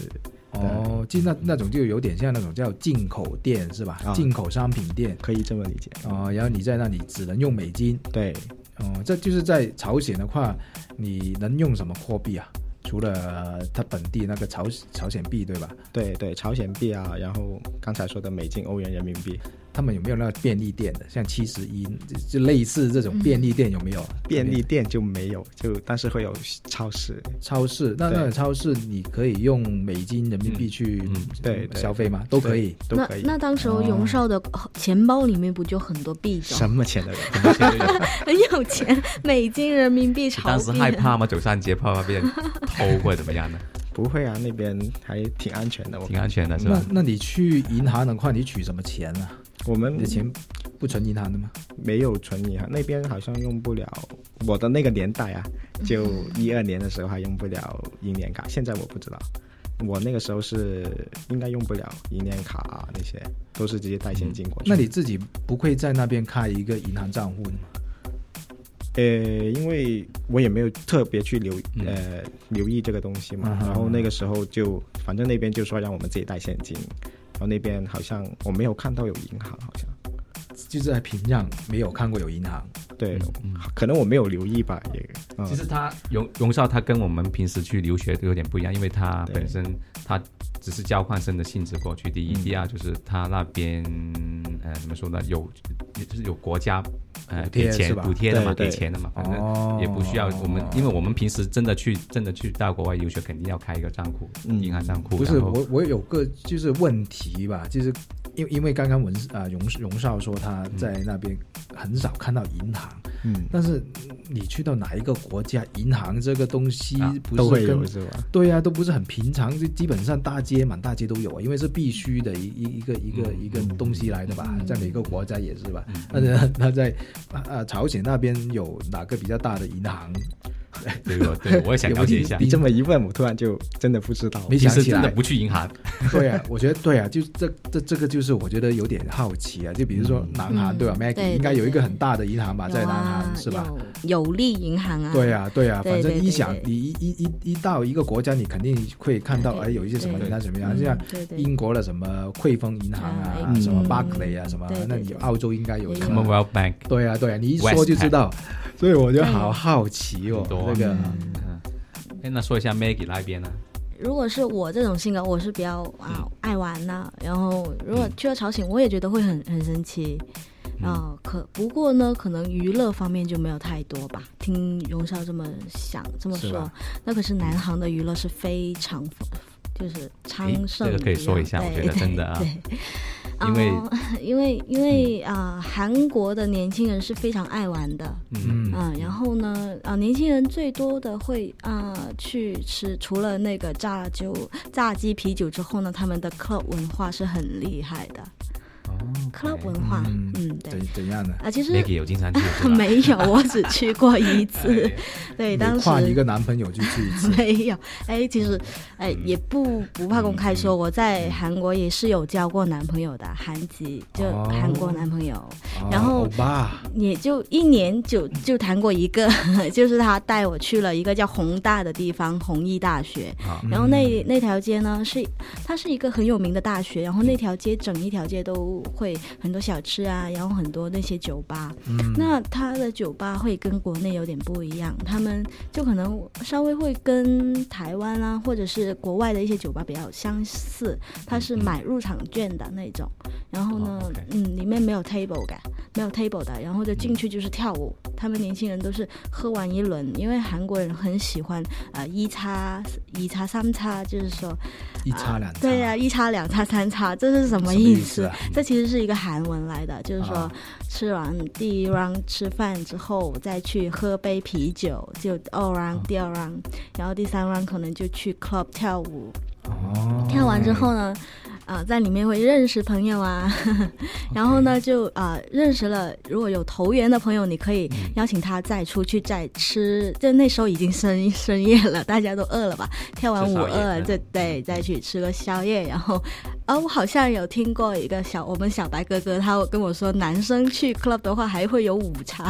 [SPEAKER 3] 哦，就那那种就有点像那种叫进口店是吧？
[SPEAKER 2] 啊
[SPEAKER 3] 进口商品店。
[SPEAKER 2] 可以这么理解。
[SPEAKER 3] 哦，然后你在那里只能用美金，
[SPEAKER 2] 对，
[SPEAKER 3] 哦，这就是在朝鲜的话，你能用什么货币啊？除了呃它本地那个朝朝鲜币，对吧？
[SPEAKER 2] 对对，朝鲜币啊，然后刚才说的美金、欧元、人民币，
[SPEAKER 3] 他们有没有那个便利店的？像七十一，就类似这种便利店有没有？
[SPEAKER 2] 便利店就没有，就但是会有超市。
[SPEAKER 3] 超市，那
[SPEAKER 2] 对
[SPEAKER 3] 那种超市你可以用美金、人民币去
[SPEAKER 1] 嗯
[SPEAKER 2] 对对
[SPEAKER 3] 消费吗？都可以。哦
[SPEAKER 2] 都
[SPEAKER 4] 那
[SPEAKER 2] 可以，
[SPEAKER 4] 那当时候荣少的钱包里面不就很多币种
[SPEAKER 2] 什？么钱都有。
[SPEAKER 4] 很有钱，美金、人民 币、
[SPEAKER 1] 你
[SPEAKER 4] 朝
[SPEAKER 1] 当时
[SPEAKER 4] 币。
[SPEAKER 1] 害怕吗？走上街怕不怕被人偷或者怎么样呢？
[SPEAKER 2] 不会啊，那边还挺安全的。我
[SPEAKER 1] 挺安全的是吧
[SPEAKER 2] 嗯
[SPEAKER 3] 那？那你去银行的话，你取什么钱啊？
[SPEAKER 2] 我们
[SPEAKER 3] 你的钱不存银行的吗？
[SPEAKER 2] 没有存银行，那边好像用不了。我的那个年代啊，
[SPEAKER 3] 嗯
[SPEAKER 2] 就一二年的时候还用不了银联卡，现在我不知道。我那个时候是应该用不了银联卡、啊，那些都是直接带现金过去。
[SPEAKER 3] 嗯那你自己不会在那边开一个银行账户的吗？
[SPEAKER 2] 呃，因为我也没有特别去留
[SPEAKER 3] 嗯
[SPEAKER 2] 呃留意这个东西嘛，
[SPEAKER 3] 嗯哼
[SPEAKER 2] 然后那个时候就反正那边就说让我们自己带现金，然后那边好像我没有看到有银行，好像
[SPEAKER 3] 就是在平壤没有看过有银行。
[SPEAKER 2] 对，
[SPEAKER 1] 嗯
[SPEAKER 2] 可能我没有留意吧，也嗯
[SPEAKER 1] 其实他荣荣少他跟我们平时去留学都有点不一样，因为他
[SPEAKER 2] 对
[SPEAKER 1] 本身他只是交换生的性质过去。第一，
[SPEAKER 2] 嗯
[SPEAKER 1] 第二就是他那边呃怎么说呢，有就是有国家呃
[SPEAKER 3] 补贴
[SPEAKER 1] 给钱
[SPEAKER 3] 是吧
[SPEAKER 1] 补贴的嘛，
[SPEAKER 2] 对
[SPEAKER 1] 给
[SPEAKER 2] 对
[SPEAKER 1] 钱的嘛，反正
[SPEAKER 3] 哦
[SPEAKER 1] 也不需要我们，因为我们平时真的去真的去到国外留学，肯定要开一个账户，
[SPEAKER 2] 嗯
[SPEAKER 1] 银行账户。
[SPEAKER 3] 不是
[SPEAKER 1] 然后
[SPEAKER 3] 我，我有个就是问题吧，就是因因为刚刚文啊荣荣少说他在那边很少看到银行，
[SPEAKER 2] 嗯，
[SPEAKER 3] 但是你去到哪一个国家，银行这个东西
[SPEAKER 1] 啊
[SPEAKER 2] 都
[SPEAKER 3] 不
[SPEAKER 2] 会
[SPEAKER 3] 是跟
[SPEAKER 2] 有是吧？
[SPEAKER 3] 对啊呀、都不是很平常，就基本上大街满大街都有啊，因为是必须的一一一个一个一个东西来的吧，在每个国家也是吧。但是那在啊朝鲜那边有哪个比较大的银行？
[SPEAKER 1] 对我 对我也想了解一下
[SPEAKER 2] 你，这么一问，我突然就真的不知道。
[SPEAKER 3] 没
[SPEAKER 1] 平
[SPEAKER 3] 想
[SPEAKER 1] 时
[SPEAKER 3] 起
[SPEAKER 1] 真的
[SPEAKER 3] 来。
[SPEAKER 1] 不去银行，
[SPEAKER 3] 对啊，我觉得对啊，就这这这个就是我觉得有点好奇啊，就比如说南韩、
[SPEAKER 4] 嗯
[SPEAKER 3] 对吧
[SPEAKER 4] 对
[SPEAKER 3] ？Maggie
[SPEAKER 4] 对
[SPEAKER 3] 应该有一个很大的银行吧，
[SPEAKER 4] 有
[SPEAKER 3] 在南
[SPEAKER 4] 啊
[SPEAKER 3] 韩是吧？？
[SPEAKER 4] 有有利银行啊，
[SPEAKER 3] 对呀、对呀、
[SPEAKER 4] 对
[SPEAKER 3] 反正
[SPEAKER 4] 对
[SPEAKER 3] 一想，
[SPEAKER 4] 对对
[SPEAKER 3] 你一一一一到一个国家，你肯定会看到，
[SPEAKER 4] 对
[SPEAKER 3] 哎，有一些什么
[SPEAKER 4] 对
[SPEAKER 3] 银行怎么样，
[SPEAKER 4] 嗯，
[SPEAKER 3] 就像
[SPEAKER 4] 对对，
[SPEAKER 3] 英国的什么汇丰银行啊，
[SPEAKER 4] 嗯
[SPEAKER 3] 什么
[SPEAKER 4] 嗯
[SPEAKER 3] Barclay 啊，什么
[SPEAKER 4] 对，对
[SPEAKER 3] 那你
[SPEAKER 4] 对
[SPEAKER 3] 澳洲应该有什么？
[SPEAKER 1] Commonwealth Bank
[SPEAKER 3] 对啊，对啊，你一说就知道，所以我就好好奇哦
[SPEAKER 1] 很，多
[SPEAKER 3] 这个
[SPEAKER 1] 嗯。哎，那说一下 Maggie 那边呢？
[SPEAKER 4] 如果是我这种性格，我是比较啊、
[SPEAKER 1] 嗯
[SPEAKER 4] 爱玩呐、然后如果去了朝鲜，我也觉得会很很神奇。
[SPEAKER 1] 嗯
[SPEAKER 4] 啊、可不过呢，可能娱乐方面就没有太多吧。听荣少这么想这么
[SPEAKER 3] 是
[SPEAKER 4] 说
[SPEAKER 3] 吧，
[SPEAKER 4] 那可是南航的娱乐是非常丰就是
[SPEAKER 1] 诶
[SPEAKER 4] 昌盛的
[SPEAKER 1] 哎这
[SPEAKER 4] 样。
[SPEAKER 1] 个可以说一下，我觉
[SPEAKER 4] 对
[SPEAKER 1] 得真的啊，
[SPEAKER 4] 对
[SPEAKER 1] 因为
[SPEAKER 4] 哦因为因为啊、韩国的年轻人是非常爱玩的，
[SPEAKER 1] 嗯
[SPEAKER 3] 嗯
[SPEAKER 4] 啊，然后呢，啊、年轻人最多的会啊、去吃，除了那个炸酒、炸鸡、啤酒之后呢，他们的 club 文化是很厉害的。
[SPEAKER 1] 哦
[SPEAKER 4] club
[SPEAKER 1] ，OK
[SPEAKER 4] 文化，
[SPEAKER 3] 嗯
[SPEAKER 4] 嗯，
[SPEAKER 3] 怎
[SPEAKER 4] 对。
[SPEAKER 3] 怎样的？
[SPEAKER 4] 啊，其实
[SPEAKER 1] Maggie 有经常去是吧
[SPEAKER 4] 没有，我只去过一次。对，当
[SPEAKER 3] 你
[SPEAKER 4] 时，
[SPEAKER 3] 跨一个男朋友就去一次
[SPEAKER 4] 没有，哎，其实，哎，也不不怕公开说，我在韩国也是有交过男朋友的，韩籍就
[SPEAKER 3] 哦
[SPEAKER 4] 韩国男朋友，
[SPEAKER 3] 哦
[SPEAKER 4] 然后
[SPEAKER 3] 欧巴，
[SPEAKER 4] 也就一年就就谈过一个， 就是他带我去了一个叫宏大的地方，弘毅大学。
[SPEAKER 1] 啊
[SPEAKER 4] 然后那那条街呢，是它是一个很有名的大学，然后那条街整一条街都会很多小吃啊，然后很多那些酒吧。
[SPEAKER 3] 嗯
[SPEAKER 4] 那它的酒吧会跟国内有点不一样，他们就可能稍微会跟台湾啊，或者是国外的一些酒吧比较相似，它是买入场券的那种，然后呢，
[SPEAKER 1] 哦，OK
[SPEAKER 4] 嗯，里面没有 table 感，没有 table 的，然后就进去就是跳舞，他们年轻人都是喝完一轮，因为韩国人很喜欢啊、呃一叉一叉三叉，就是说
[SPEAKER 3] 一叉两叉，
[SPEAKER 4] 对呀、一叉两叉三叉，这是什么
[SPEAKER 3] 什么
[SPEAKER 4] 意
[SPEAKER 3] 意
[SPEAKER 4] 思？
[SPEAKER 3] 思啊？
[SPEAKER 4] 这其实是一个韩文来的，就是说
[SPEAKER 3] 啊
[SPEAKER 4] 吃完第一 round 吃饭之后，再去喝杯啤酒，就第二 round 第二 round，然后第三 round 可能就去 club 跳舞，
[SPEAKER 3] 哦，
[SPEAKER 4] 跳完之后呢，啊、在里面会认识朋友啊， 然后呢就啊、认识了，如果有投缘的朋友，你可以
[SPEAKER 1] 嗯
[SPEAKER 4] 邀请他再出去再吃，就那时候已经深深夜了， 大家都饿了吧？跳完
[SPEAKER 1] 吃
[SPEAKER 4] 舞
[SPEAKER 1] 宵夜
[SPEAKER 4] 饿了，
[SPEAKER 1] 嗯
[SPEAKER 4] 就对，再去吃个宵夜，然后。啊，我好像有听过一个小我们小白哥哥，他跟我说，男生去 club 的话还会有午茶，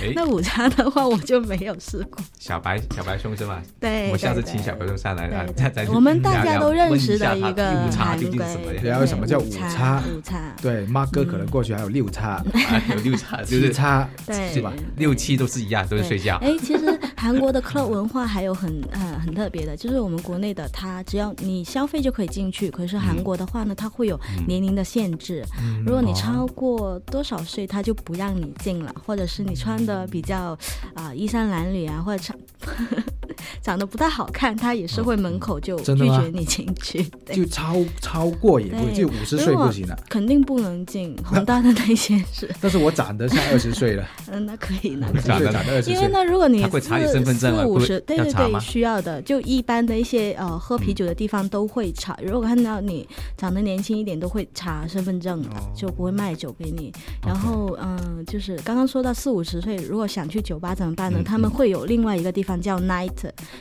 [SPEAKER 1] 哎，
[SPEAKER 4] 那午茶的话我就没有试过。
[SPEAKER 1] 小白小白兄是吗？
[SPEAKER 4] 对，
[SPEAKER 1] 我下次
[SPEAKER 4] 哎对
[SPEAKER 1] 请小白兄上来啊，
[SPEAKER 4] 对
[SPEAKER 1] 再再
[SPEAKER 4] 我们大家都认识的
[SPEAKER 1] 一
[SPEAKER 4] 一个
[SPEAKER 1] 午茶
[SPEAKER 4] 韩
[SPEAKER 1] 究
[SPEAKER 4] 规
[SPEAKER 1] 竟是什么，
[SPEAKER 3] 对
[SPEAKER 1] 呀？
[SPEAKER 3] 啊为什么叫
[SPEAKER 4] 午
[SPEAKER 3] 午餐
[SPEAKER 4] 午餐，
[SPEAKER 3] 对，马哥可能过去还有六叉、
[SPEAKER 4] 嗯
[SPEAKER 1] 啊有 六叉，就
[SPEAKER 3] 七
[SPEAKER 1] 是
[SPEAKER 3] 叉，
[SPEAKER 4] 对，
[SPEAKER 3] 是吧？
[SPEAKER 1] 六七都是一样，都
[SPEAKER 4] 对
[SPEAKER 1] 是睡觉。
[SPEAKER 4] 哎，其实韩国的 club 文化还有很呃很特别的，就是我们国内的，它只要你消费就可以进去，可是
[SPEAKER 1] 嗯
[SPEAKER 4] 韩国的话呢，它会有年龄的限制，
[SPEAKER 3] 嗯
[SPEAKER 4] 如果你
[SPEAKER 1] 哦
[SPEAKER 4] 超过多少岁，它就不让你进了，或者是你穿的比较啊、衣衫褴褛啊，或者长 长得不太好看，它也是
[SPEAKER 1] 哦
[SPEAKER 4] 会门口就
[SPEAKER 3] 真的
[SPEAKER 4] 拒
[SPEAKER 3] 吗
[SPEAKER 4] 绝你进去，
[SPEAKER 3] 哦
[SPEAKER 4] 对。
[SPEAKER 3] 就超超过也不
[SPEAKER 4] 对
[SPEAKER 3] 就五十岁不行了。
[SPEAKER 4] 肯定不能进宏大的那些是，
[SPEAKER 3] 但是我长得像二十岁了，
[SPEAKER 4] 嗯，那可以，那
[SPEAKER 3] 五
[SPEAKER 4] 可以
[SPEAKER 3] 十岁长得二十
[SPEAKER 4] 因为
[SPEAKER 3] 岁，
[SPEAKER 4] 呢，如果你
[SPEAKER 1] 他会查你身份证
[SPEAKER 4] 四
[SPEAKER 1] 吗会不
[SPEAKER 4] 五
[SPEAKER 1] 会
[SPEAKER 4] 十，对
[SPEAKER 1] 要
[SPEAKER 4] 对
[SPEAKER 1] 查吗
[SPEAKER 4] 对，需要的。就一般的一些呃喝啤酒的地方都会查，如果看到你长得年轻一点，都会查身份证的，
[SPEAKER 1] 哦
[SPEAKER 4] 就不会卖酒给你。然后嗯、呃就是刚刚说到四五十岁，如果想去酒吧怎么办呢？
[SPEAKER 1] 嗯
[SPEAKER 4] 他们会有另外一个地方叫 night，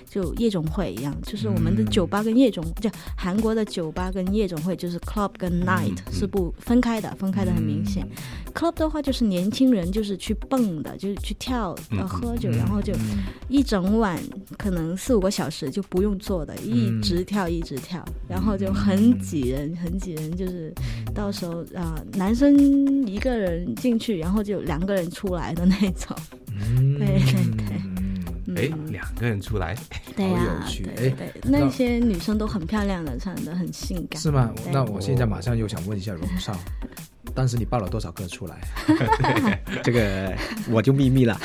[SPEAKER 4] 就夜总会一样，就是我
[SPEAKER 1] 嗯
[SPEAKER 4] 们的酒吧跟夜总，就韩国的酒吧跟夜总会就是 club 跟 night
[SPEAKER 1] 嗯
[SPEAKER 4] 是不分开的，分开的很明显。club 的话就是年轻人就是去蹦的，就是去跳
[SPEAKER 1] 嗯
[SPEAKER 4] 呃
[SPEAKER 1] 嗯
[SPEAKER 4] 喝酒，然后就
[SPEAKER 3] 嗯
[SPEAKER 4] 一整晚可能四五个小时就
[SPEAKER 3] 嗯
[SPEAKER 4] 不
[SPEAKER 3] 嗯
[SPEAKER 4] 用做的，一直跳一直跳，然后就很挤人，很挤人，就是到时候啊、男生一个人进去，然后就两个人出来的那种。
[SPEAKER 3] 嗯，
[SPEAKER 4] 对对对嗯
[SPEAKER 1] 哎，两个人出来，
[SPEAKER 4] 对
[SPEAKER 3] 好
[SPEAKER 4] 呀、
[SPEAKER 3] 有趣
[SPEAKER 4] 对对
[SPEAKER 3] 哎
[SPEAKER 4] 对，
[SPEAKER 3] 那
[SPEAKER 4] 那些女生都很漂亮的，穿的很性感。
[SPEAKER 3] 是吗？
[SPEAKER 4] 对哦
[SPEAKER 3] 那我现在马上又想问一下荣少，当时你报了多少个出来？
[SPEAKER 2] 这个我就秘密了。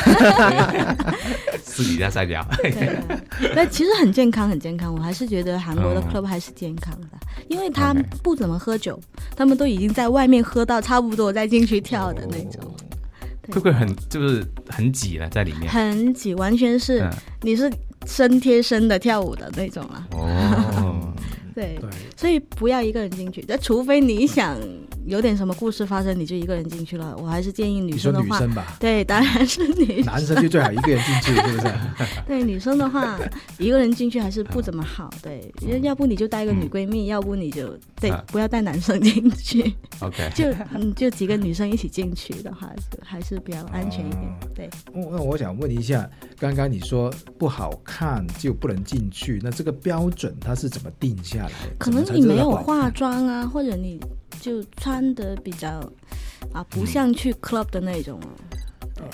[SPEAKER 1] 私底下再聊。
[SPEAKER 4] 对 啊，但其实很健康，很健康。我还是觉得韩国的
[SPEAKER 1] 嗯
[SPEAKER 4] club 还是健康的，因为他
[SPEAKER 1] OK
[SPEAKER 4] 不怎么喝酒，他们都已经在外面喝到差不多再进去跳的那
[SPEAKER 1] 哦
[SPEAKER 4] 种，对
[SPEAKER 1] 会不会很就是很挤了在里面？
[SPEAKER 4] 很挤，完全是、
[SPEAKER 1] 嗯
[SPEAKER 4] 你是身贴身的跳舞的那种啊。
[SPEAKER 1] 哦，
[SPEAKER 4] 对，
[SPEAKER 3] 对，
[SPEAKER 4] 所以不要一个人进去，但除非你想有点什么故事发生，你就一个人进去了。我还是建议女
[SPEAKER 3] 你说
[SPEAKER 4] 生的
[SPEAKER 3] 女
[SPEAKER 4] 话，
[SPEAKER 3] 生吧，
[SPEAKER 4] 对，当然是女生。
[SPEAKER 3] 男生就最好一个人进 去，是不是？
[SPEAKER 4] 对女生的 话，一个人进去还是不怎么好。对，因
[SPEAKER 3] 嗯
[SPEAKER 4] 为要不你就带一个女闺蜜，要不你就对
[SPEAKER 1] 啊，
[SPEAKER 4] 不要带男生进 去，
[SPEAKER 1] OK，
[SPEAKER 4] 就嗯，就几个女生一起进去的话，是还是比较安全一点。
[SPEAKER 3] 哦
[SPEAKER 4] 对，
[SPEAKER 3] 我那我想问一下，刚刚你说不好看就不能进去，那这个标准它是怎么定下来的？
[SPEAKER 4] 可
[SPEAKER 3] 怎么
[SPEAKER 4] 能
[SPEAKER 3] 才
[SPEAKER 4] 你
[SPEAKER 3] 知道
[SPEAKER 4] 没有
[SPEAKER 3] 不好看
[SPEAKER 4] 化妆啊，或者你就穿的比较啊，不像去
[SPEAKER 3] 嗯
[SPEAKER 4] club 的那种啊。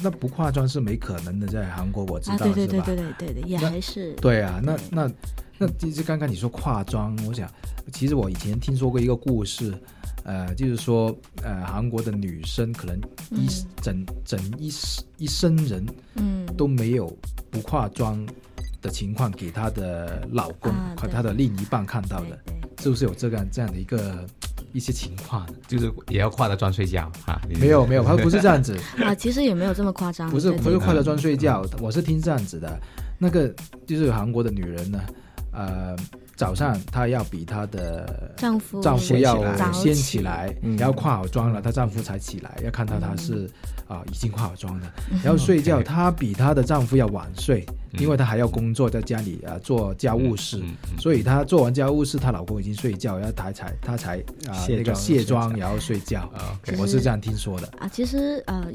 [SPEAKER 3] 那不化妆是没可能的，在韩国我知道，
[SPEAKER 4] 啊，对对对
[SPEAKER 3] 是吧
[SPEAKER 4] 对对对对，也
[SPEAKER 3] 那
[SPEAKER 4] 还是
[SPEAKER 3] 对啊，那那那其实刚刚你说化妆，我想，其实我以前听说过一个故事，呃，就是说，呃，韩国的女生可能一、整整一一生人
[SPEAKER 4] 嗯，
[SPEAKER 3] 都没有不化妆的情况给她的老公
[SPEAKER 4] 啊
[SPEAKER 3] 和
[SPEAKER 4] 对
[SPEAKER 3] 她的另一半看到
[SPEAKER 4] 对
[SPEAKER 3] 的，
[SPEAKER 4] 对。
[SPEAKER 3] 是不是有这个这样的一个一些情况？
[SPEAKER 1] 就是也要化着妆睡觉啊？你
[SPEAKER 3] 没有没有，她 不是这样子，
[SPEAKER 4] 啊，其实也啊没有这么夸张，
[SPEAKER 3] 不是
[SPEAKER 4] 对
[SPEAKER 3] 不
[SPEAKER 4] 对
[SPEAKER 3] 是
[SPEAKER 4] 对
[SPEAKER 3] 快乐装睡觉，我是听这样子的。那个就是韩国的女人呢，呃，早上她要比她的
[SPEAKER 4] 丈夫
[SPEAKER 3] 丈夫要
[SPEAKER 4] 早
[SPEAKER 3] 先起，来，
[SPEAKER 2] 嗯
[SPEAKER 3] 然后化好妆了，她丈夫才起来，要看到她是啊、已经化好妆了，然后睡 觉，她比她的丈夫要晚睡，
[SPEAKER 1] 嗯
[SPEAKER 3] 因为她还要工作，在家里啊做家务事。
[SPEAKER 1] 嗯嗯
[SPEAKER 3] 所以她做完家务事，她老公已经睡觉，然后她才她才啊、
[SPEAKER 2] 卸
[SPEAKER 3] 那个
[SPEAKER 2] 妆
[SPEAKER 3] 卸妆，然后睡觉。
[SPEAKER 1] 啊
[SPEAKER 4] 其实
[SPEAKER 3] 我是这样听说的。
[SPEAKER 4] 啊，其实呃，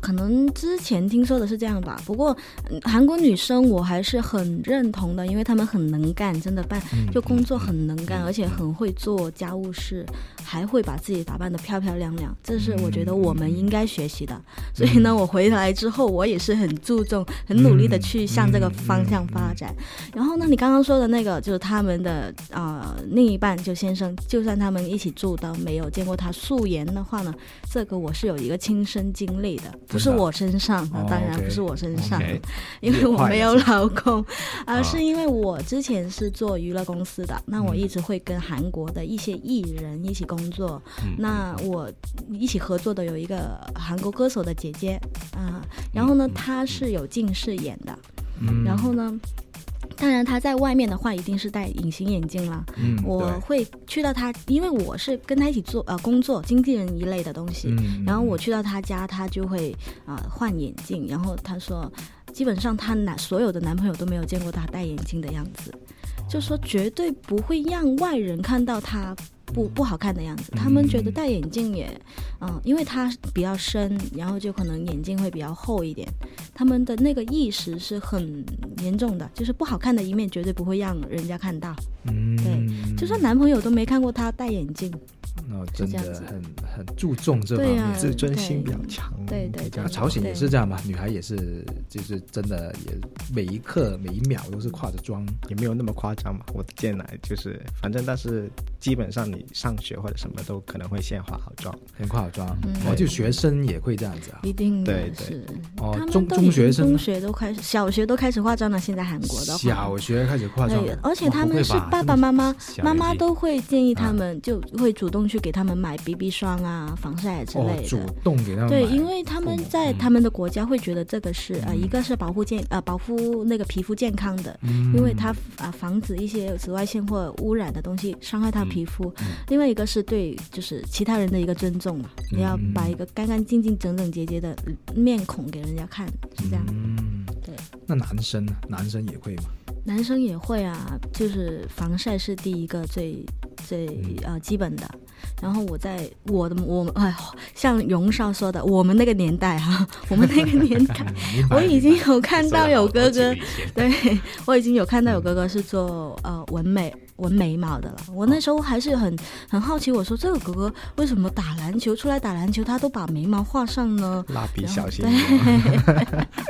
[SPEAKER 4] 可能之前听说的是这样吧。不过、嗯韩国女生我还是很认同的，因为她们很能干，真的办
[SPEAKER 3] 嗯
[SPEAKER 4] 就工作很能干，而且很会做家务事，还会把自己打扮得漂漂亮亮。这是我觉
[SPEAKER 3] 嗯
[SPEAKER 4] 得我们应该学习的。所以呢，我回来之后，我也是很注重、很努
[SPEAKER 3] 嗯
[SPEAKER 4] 力的去向这个方向发展。然后呢，你刚刚说的那个就是他们的啊、呃另一半，就先生，就算他们一起住到没有见过他素颜的话呢，这个我是有一个亲身经历的，不是
[SPEAKER 3] 真的啊
[SPEAKER 4] 我身上，
[SPEAKER 3] 哦
[SPEAKER 4] 当然
[SPEAKER 3] OK
[SPEAKER 4] 不是我身上
[SPEAKER 1] OK
[SPEAKER 4] 因为我没有
[SPEAKER 3] 也
[SPEAKER 4] 老公，而、
[SPEAKER 1] 啊
[SPEAKER 4] 是因为我之前是做娱乐公司的，那我一直会跟韩国的一些艺人一起工作。
[SPEAKER 1] 嗯
[SPEAKER 4] 那我一起合作的有一个韩国歌手的姐姐啊、然后呢，她是有近视眼的，
[SPEAKER 3] 嗯
[SPEAKER 4] 然后呢。当然，她在外面的话一定是戴隐形眼镜啦。
[SPEAKER 3] 嗯，
[SPEAKER 4] 我
[SPEAKER 3] 对
[SPEAKER 4] 会去到她，因为我是跟她一起做呃工作经纪人一类的东西，
[SPEAKER 3] 嗯
[SPEAKER 4] 然后我去到他家，他就会啊、换眼镜，然后他说，基本上她男所有的男朋友都没有见过她戴眼镜的样子，就说绝对不会让外人看到她不不好看的样子，
[SPEAKER 3] 嗯
[SPEAKER 4] 他们觉得戴眼镜也，嗯、因为她比较深，然后就可能眼镜会比较厚一点，他们的那个意识是很严重的，就是不好看的一面绝对不会让人家看到，
[SPEAKER 3] 嗯
[SPEAKER 4] 对就算男朋友都没看过她戴眼镜，
[SPEAKER 3] 那
[SPEAKER 4] 是
[SPEAKER 3] 真
[SPEAKER 4] 这样
[SPEAKER 3] 的
[SPEAKER 4] 子
[SPEAKER 3] 很很注重这方
[SPEAKER 4] 对呀、
[SPEAKER 3] 面。
[SPEAKER 2] 自尊心比
[SPEAKER 4] 对
[SPEAKER 2] 较强，
[SPEAKER 4] 对对
[SPEAKER 2] 比较
[SPEAKER 4] 对
[SPEAKER 3] 朝鲜也是这样嘛，女孩也是，就是真的也每一刻每一秒都是化着妆。
[SPEAKER 2] 也没有那么夸张嘛。我的见来就是，反正但是基本上你上学或者什么都可能会先化好妆，
[SPEAKER 3] 很化好妆，
[SPEAKER 4] 嗯
[SPEAKER 3] 哦，就学生也会这样子啊。
[SPEAKER 4] 一定的
[SPEAKER 2] 对对
[SPEAKER 4] 是，
[SPEAKER 3] 哦
[SPEAKER 4] 他们
[SPEAKER 3] 中
[SPEAKER 4] 都
[SPEAKER 3] 中
[SPEAKER 4] 已
[SPEAKER 3] 学
[SPEAKER 4] 经
[SPEAKER 3] 生呢
[SPEAKER 4] 中学都开始，小学都开始化妆了。现在韩国的话，
[SPEAKER 3] 小学开始化妆
[SPEAKER 4] 对，
[SPEAKER 3] 了，
[SPEAKER 4] 而且
[SPEAKER 3] 哇
[SPEAKER 4] 他们是爸爸，妈妈，妈妈都会建议
[SPEAKER 3] 啊
[SPEAKER 4] 他们，就会主动去给他们买 BB 霜啊、防晒之
[SPEAKER 3] 不会吧
[SPEAKER 4] 类
[SPEAKER 3] 真
[SPEAKER 4] 的
[SPEAKER 3] 的哦，。主动给他们
[SPEAKER 4] 对，
[SPEAKER 3] 买嗯
[SPEAKER 4] 因为他们在他们的国家会觉得这个是呃，一个是保护健呃保护那个皮肤健康的，
[SPEAKER 3] 嗯
[SPEAKER 4] 因为它啊防止一些紫外线或污染的东西伤害
[SPEAKER 3] 嗯
[SPEAKER 4] 他皮肤；另外一个是对就是其他人的一个尊重嘛，
[SPEAKER 3] 嗯
[SPEAKER 4] 你要把一个干干净净、整整洁洁的面孔给人家看，是这样。
[SPEAKER 3] 嗯，
[SPEAKER 4] 对，
[SPEAKER 3] 那男生呢？男生也会嘛？
[SPEAKER 4] 男
[SPEAKER 3] 嗯
[SPEAKER 4] 生也会啊，就是防晒是第一个最最呃基本的，然后我在我的我们哎，像荣少说的，我们那个年代哈、我们那个年代，
[SPEAKER 3] 明白
[SPEAKER 4] 我已经有看
[SPEAKER 1] 说
[SPEAKER 4] 到
[SPEAKER 1] 了
[SPEAKER 4] 有
[SPEAKER 1] 好
[SPEAKER 4] 哥
[SPEAKER 1] 好几
[SPEAKER 4] 哥
[SPEAKER 1] 个以前
[SPEAKER 4] 对，我已经有看到有哥哥是做呃纹眉纹眉毛的了。我那时候还是很很好奇，我说这个哥哥为什么打篮球出来打篮球，他都把眉毛画上呢？
[SPEAKER 2] 蜡笔小新，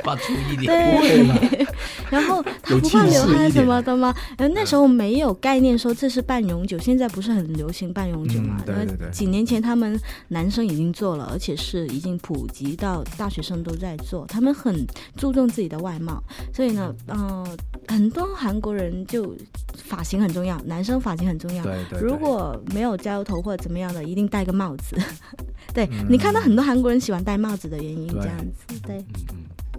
[SPEAKER 1] 发出一点
[SPEAKER 4] 对，然 后他
[SPEAKER 2] 有
[SPEAKER 4] 不
[SPEAKER 2] 气
[SPEAKER 4] 怕流
[SPEAKER 2] 势一
[SPEAKER 4] 汗什
[SPEAKER 2] 点嗯
[SPEAKER 4] 么的吗？呃，那时候没有概念说这是半永久，现在不是很流行半永久嘛
[SPEAKER 2] 嗯？对
[SPEAKER 4] 因为
[SPEAKER 2] 对对
[SPEAKER 4] 几年前他们男生已经做了，而且是已经普及到大学生都在做，他们很注重自己的外貌，所以呢，嗯、很多韩国人就发型很重要，男生发型很重要。
[SPEAKER 3] 对对对，
[SPEAKER 4] 如果没有加油头或者怎么样的，一定戴个帽子。 对、你
[SPEAKER 2] 嗯
[SPEAKER 4] 看到很多韩国人喜欢戴帽子的原因，
[SPEAKER 3] 对
[SPEAKER 4] 这样子，对，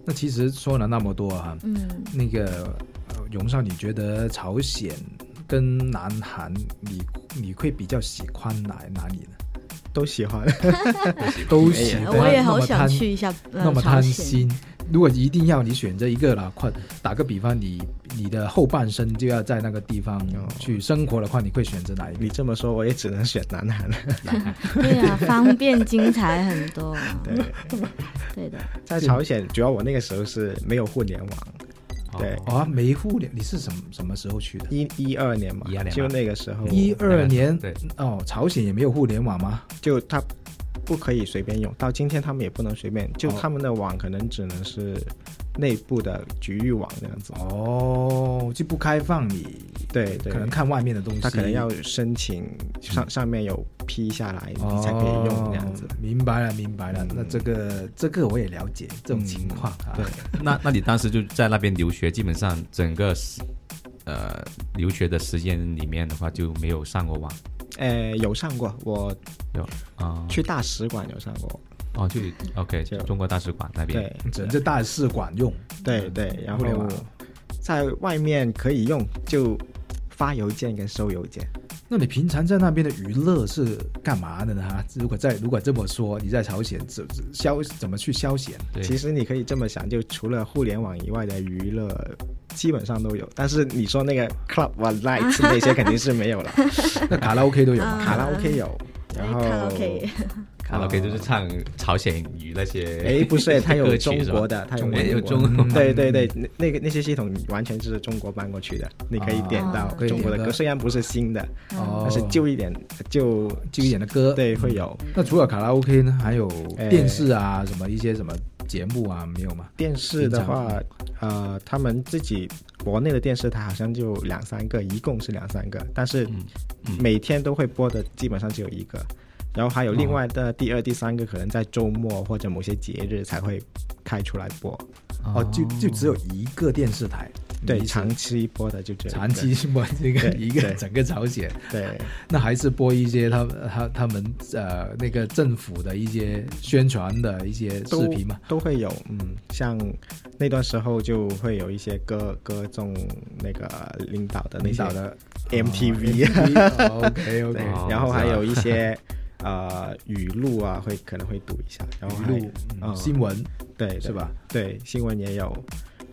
[SPEAKER 3] 那其实说了那么多啊，
[SPEAKER 4] 嗯。
[SPEAKER 3] 那个呃荣少，你觉得朝鲜跟南韩，你你会比较喜欢哪哪里呢？
[SPEAKER 2] 都喜欢。
[SPEAKER 3] 都喜
[SPEAKER 2] 哎
[SPEAKER 3] 欢，
[SPEAKER 4] 我也好
[SPEAKER 3] 那么
[SPEAKER 4] 想
[SPEAKER 3] 贪
[SPEAKER 4] 去一下呃
[SPEAKER 3] 那么
[SPEAKER 4] 朝
[SPEAKER 3] 贪
[SPEAKER 4] 鲜。
[SPEAKER 3] 心。如果一定要你选择一个了，快打个比方，你你的后半生就要在那个地方
[SPEAKER 2] 哦
[SPEAKER 3] 去生活的话，你会选择哪一
[SPEAKER 2] 你
[SPEAKER 3] 个？
[SPEAKER 2] 这么说，我也只能选南韩了。
[SPEAKER 4] 对啊，方便精彩很多。
[SPEAKER 2] 对，
[SPEAKER 4] 对的，
[SPEAKER 2] 在朝鲜，主要我那个时候是没有互联网，
[SPEAKER 1] 哦
[SPEAKER 2] 对，
[SPEAKER 3] 啊，没互联，你是什么什么时候去的？
[SPEAKER 2] 一一二年嘛
[SPEAKER 1] 12年，吧
[SPEAKER 2] 就那个时候，
[SPEAKER 3] 一
[SPEAKER 1] 那
[SPEAKER 3] 二
[SPEAKER 1] 个
[SPEAKER 3] 年
[SPEAKER 1] 对
[SPEAKER 2] 嗯
[SPEAKER 3] 哦，朝鲜也没有互联网吗？
[SPEAKER 2] 就他不可以随便用，到今天他们也不能随便，就
[SPEAKER 3] 哦
[SPEAKER 2] 他们的网可能只能是内部的局域网这样子，
[SPEAKER 3] 哦，就不开放你，
[SPEAKER 2] 对对
[SPEAKER 3] 可能看外面的东西，
[SPEAKER 2] 他可能要申请
[SPEAKER 3] 嗯
[SPEAKER 2] 上上面有批下来，
[SPEAKER 3] 哦
[SPEAKER 2] 你才可以用这样子。嗯
[SPEAKER 3] 明白了，明白了。那这个这个我也了解这种情况啊。对，
[SPEAKER 1] 那那你当时就在那边留学，基本上整个时呃留学的时间里面的话，就没有上过网，
[SPEAKER 2] 呃，有上过，我
[SPEAKER 1] 有啊、
[SPEAKER 2] 去大使馆有上过，
[SPEAKER 1] 哦，就 OK，
[SPEAKER 2] 就
[SPEAKER 1] 中国大使馆那边
[SPEAKER 2] 对
[SPEAKER 3] 只能在大使馆用。
[SPEAKER 2] 对对，然
[SPEAKER 3] 互联
[SPEAKER 2] 后
[SPEAKER 3] 网
[SPEAKER 2] 在外面可以用，就发邮件跟收邮件。
[SPEAKER 3] 那你平常在那边的娱乐是干嘛的呢？如果在如果这么说，你在朝鲜怎消怎么去 消遣？
[SPEAKER 1] 对
[SPEAKER 2] 其实你可以这么想，就除了互联网以外的娱乐，基本上都有。但是你说那个 club one night 那些肯定是没有 了，
[SPEAKER 3] 那卡拉 OK 都有吗？
[SPEAKER 2] 卡拉 OK 有，然后
[SPEAKER 4] 哎卡拉 OK，
[SPEAKER 1] 卡
[SPEAKER 4] 哦
[SPEAKER 1] 拉 OK 就是唱朝鲜语那些。
[SPEAKER 2] 哎不 是，它有
[SPEAKER 1] 歌
[SPEAKER 2] 中
[SPEAKER 1] 曲是吧
[SPEAKER 2] 国的，嗯它
[SPEAKER 1] 中
[SPEAKER 2] 有
[SPEAKER 1] 国也有
[SPEAKER 2] 中
[SPEAKER 1] 中
[SPEAKER 2] 国的。
[SPEAKER 1] 国
[SPEAKER 2] 对对对，那那个那些系统完全是中国搬过去的，你可以点到
[SPEAKER 4] 啊
[SPEAKER 3] 可以
[SPEAKER 2] 中国的
[SPEAKER 3] 点
[SPEAKER 2] 歌，
[SPEAKER 3] 歌
[SPEAKER 2] 虽然不是新的，嗯
[SPEAKER 3] 哦，
[SPEAKER 2] 但是旧一点就
[SPEAKER 3] 就一点的歌。，
[SPEAKER 2] 对会有。
[SPEAKER 3] 那除了卡拉 OK 呢，还有
[SPEAKER 2] 哎
[SPEAKER 3] 电视啊，什么一些什么节目啊，没有吗？
[SPEAKER 2] 电视的话，呃，他们自己国内的电视台好像就两三个，一共是两三个，但是每天都会播的基本上只有一个，然后还有另外的第二、第三个可能在周末或者某些节日才会开出来播，
[SPEAKER 3] 哦，就就只有一个电视台，
[SPEAKER 2] 对，
[SPEAKER 3] 你意思
[SPEAKER 2] 长期播的就这
[SPEAKER 3] 长期 播这个
[SPEAKER 2] 对
[SPEAKER 3] 一个
[SPEAKER 2] 对
[SPEAKER 3] 整个朝鲜，
[SPEAKER 2] 对
[SPEAKER 3] 那还是播一些他他他们呃那个政府的一些宣传的一些
[SPEAKER 2] 都
[SPEAKER 3] 视频嘛。
[SPEAKER 2] 都会有，嗯，像那段时候就会有一些歌歌颂那个领导的那
[SPEAKER 3] 领
[SPEAKER 2] 些
[SPEAKER 3] 导的哦
[SPEAKER 2] MTV，、
[SPEAKER 3] ，OK
[SPEAKER 2] 对
[SPEAKER 3] OK，
[SPEAKER 1] 哦，
[SPEAKER 2] 然后
[SPEAKER 1] 我知
[SPEAKER 2] 还
[SPEAKER 1] 道
[SPEAKER 2] 有一 些呃语录啊，会可能会读一下，然后还
[SPEAKER 3] 语录、嗯
[SPEAKER 2] 嗯
[SPEAKER 3] 新闻
[SPEAKER 2] 对对
[SPEAKER 3] 是吧？啊
[SPEAKER 2] 对，新闻也有，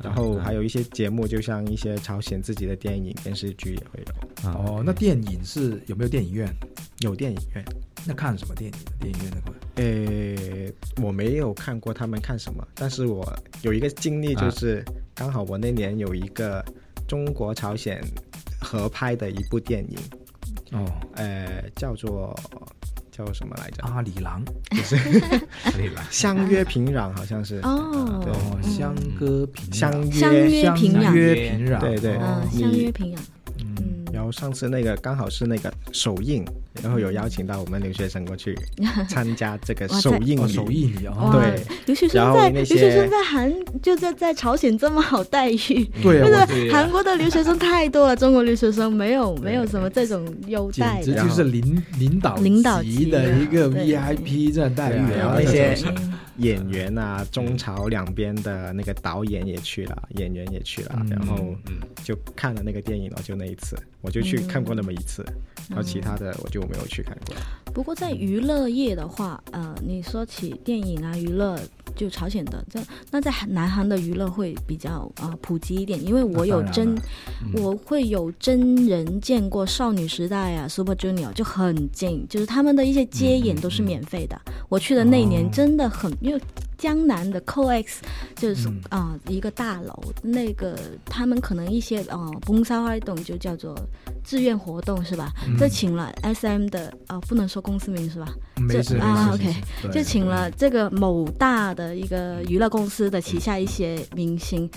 [SPEAKER 2] 然后还有一些节目，就像一些朝鲜自己的电影、电视剧也会有，
[SPEAKER 1] 啊
[SPEAKER 3] 哦，那电影是有没有电影院？
[SPEAKER 2] 有电影院。
[SPEAKER 3] 那看什么电影？电影院的话，
[SPEAKER 2] 呃，我没有看过他们看什么，但是我有一个经历，就是、刚好我那年有一个中国朝鲜合拍的一部电影，
[SPEAKER 3] 哦，
[SPEAKER 2] 呃，叫做叫什么来着？
[SPEAKER 3] 阿里郎
[SPEAKER 1] 可以了。
[SPEAKER 2] 相约平壤好像是，
[SPEAKER 4] 哦，
[SPEAKER 3] 哦，
[SPEAKER 2] 嗯
[SPEAKER 3] 香歌平壤
[SPEAKER 2] 相
[SPEAKER 4] 相
[SPEAKER 2] 约
[SPEAKER 4] 约平
[SPEAKER 3] 相
[SPEAKER 4] 壤，
[SPEAKER 3] 约平壤，
[SPEAKER 2] 对对
[SPEAKER 3] 哦
[SPEAKER 4] 嗯，
[SPEAKER 2] 你
[SPEAKER 4] 相约平壤，嗯，
[SPEAKER 2] 然后上次那个刚好是那个首映，然后有邀请到我们留学生过去参加这个首映
[SPEAKER 3] 哦，
[SPEAKER 2] 礼
[SPEAKER 3] 首。映礼哦，
[SPEAKER 4] 哇
[SPEAKER 2] 对，
[SPEAKER 4] 留学
[SPEAKER 2] 然
[SPEAKER 4] 生
[SPEAKER 2] 后
[SPEAKER 4] 在
[SPEAKER 2] 那
[SPEAKER 4] 留
[SPEAKER 2] 些
[SPEAKER 4] 学生在韩就在在朝鲜这么好待遇，
[SPEAKER 3] 对
[SPEAKER 4] 就
[SPEAKER 3] 啊，我
[SPEAKER 1] 对
[SPEAKER 4] 是韩国的留学生太多了，中国留学生没有没有什么这种优
[SPEAKER 3] 简
[SPEAKER 4] 待
[SPEAKER 3] 直
[SPEAKER 4] 的，
[SPEAKER 3] 就是领领导
[SPEAKER 4] 领导
[SPEAKER 3] 级
[SPEAKER 4] 级
[SPEAKER 3] 的一个
[SPEAKER 4] 对
[SPEAKER 3] VIP 这样待遇
[SPEAKER 2] 对啊然
[SPEAKER 3] 啊，
[SPEAKER 2] 后那些
[SPEAKER 3] 种
[SPEAKER 2] 演员啊，中朝两边的那个导演也去了，演员也去
[SPEAKER 4] 嗯
[SPEAKER 2] 了，然后
[SPEAKER 3] 嗯
[SPEAKER 2] 就看了那个电影了，就那一次，我就去看过那么一次，
[SPEAKER 4] 嗯
[SPEAKER 2] 然后其他的我就没有去看过。
[SPEAKER 4] 不过在娱乐业的话，呃，你说起电影啊、娱乐，就朝鲜的，这那在韩南韩的娱乐会比较啊、呃普及一点，因为我有真
[SPEAKER 3] 那当，
[SPEAKER 4] 我会有真人见过少女时代啊，Super Junior 就很近，就是他们的一些街演都是免费的。我去的那一年真的很，因为江南的 COX 就是
[SPEAKER 3] 嗯
[SPEAKER 4] 啊、一个大楼，那个他们可能一些啊봉사활동就叫做志愿活动是吧？
[SPEAKER 3] 嗯
[SPEAKER 4] 就请了 SM 的啊、不能说公司名是吧？
[SPEAKER 3] 没事没事
[SPEAKER 4] 啊
[SPEAKER 3] 没事
[SPEAKER 4] OK，
[SPEAKER 3] 对
[SPEAKER 4] 就请了这个某大的一个娱乐公司的旗下一些明星，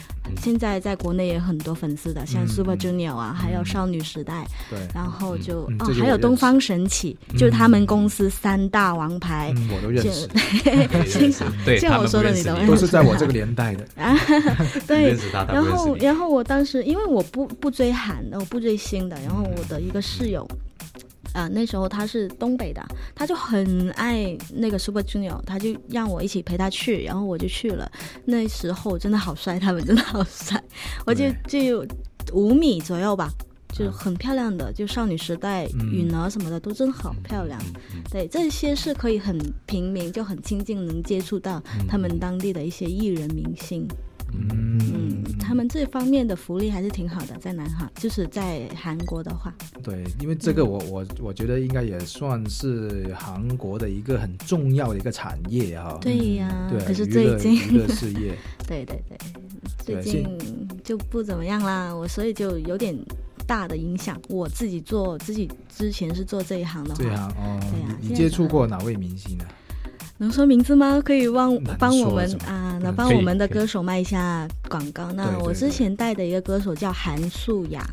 [SPEAKER 4] 现在在国内也很多粉丝的，像
[SPEAKER 3] 嗯
[SPEAKER 4] Super
[SPEAKER 3] 嗯
[SPEAKER 4] Junior 啊，还有少女时代，
[SPEAKER 3] 对，对
[SPEAKER 4] 然后就
[SPEAKER 3] 嗯嗯
[SPEAKER 4] 哦
[SPEAKER 3] 这，些
[SPEAKER 4] 还
[SPEAKER 3] 我认
[SPEAKER 4] 有
[SPEAKER 3] 识
[SPEAKER 4] 东方神起，就是他们公司三大王牌。
[SPEAKER 3] 嗯我都认识，
[SPEAKER 1] 对对，
[SPEAKER 4] 像
[SPEAKER 1] 他
[SPEAKER 4] 我
[SPEAKER 1] 们不
[SPEAKER 4] 说的
[SPEAKER 1] 认
[SPEAKER 4] 你
[SPEAKER 1] 识
[SPEAKER 4] 懂
[SPEAKER 1] 你
[SPEAKER 4] 吗
[SPEAKER 3] 都是在我这个年代的，
[SPEAKER 4] 啊，
[SPEAKER 1] 你
[SPEAKER 4] 对
[SPEAKER 1] 认，识他，他
[SPEAKER 4] 然
[SPEAKER 1] 不认识
[SPEAKER 4] 后，
[SPEAKER 1] 你。
[SPEAKER 4] 然后我当时因为我不不追韩的，我不追星的，然
[SPEAKER 1] 嗯
[SPEAKER 4] 后我的一个室友。啊、那时候他是东北的，他就很爱那个 Super Junior，他就让我一起陪他去，然后我就去了。那时候真的好帅，他们真的好帅，我就就五米左右吧，
[SPEAKER 1] 嗯
[SPEAKER 4] 就很漂亮的，就少女时代、
[SPEAKER 3] 嗯
[SPEAKER 4] 允儿什么的都真的好漂亮。
[SPEAKER 1] 嗯
[SPEAKER 4] 对，这些是可以很平民，就很亲近，能接触到
[SPEAKER 1] 嗯
[SPEAKER 4] 他们当地的一些艺人明星。
[SPEAKER 3] 嗯
[SPEAKER 4] 嗯，他们这方面的福利还是挺好的，在南韩，就是在韩国的话，
[SPEAKER 3] 对，因为这个我我我觉得应该也算是韩国的一个很重要的一个产业哈、
[SPEAKER 4] 对呀、
[SPEAKER 3] 对，
[SPEAKER 4] 可是
[SPEAKER 3] 娱乐
[SPEAKER 4] 最近，
[SPEAKER 3] 娱乐事业，
[SPEAKER 4] 对对对，
[SPEAKER 3] 对
[SPEAKER 4] 最近就不怎么样啦，我所以就有点大的影响。我自己做，自己之前是做这一行的
[SPEAKER 3] 这
[SPEAKER 4] 话，
[SPEAKER 3] 样哦，
[SPEAKER 4] 对呀
[SPEAKER 3] 你你
[SPEAKER 4] 现在
[SPEAKER 3] 接触过哪位明星呢？
[SPEAKER 4] 能说名字吗？可以帮
[SPEAKER 3] 难
[SPEAKER 4] 帮我
[SPEAKER 3] 说
[SPEAKER 4] 们
[SPEAKER 3] 怎么
[SPEAKER 4] 啊，那
[SPEAKER 3] 嗯
[SPEAKER 4] 帮
[SPEAKER 1] 可以
[SPEAKER 4] 我们的
[SPEAKER 1] 可以
[SPEAKER 4] 歌手卖一下广告。那
[SPEAKER 3] 对
[SPEAKER 4] 我
[SPEAKER 3] 对
[SPEAKER 4] 之
[SPEAKER 3] 对
[SPEAKER 4] 前带的一个歌手叫韩素雅，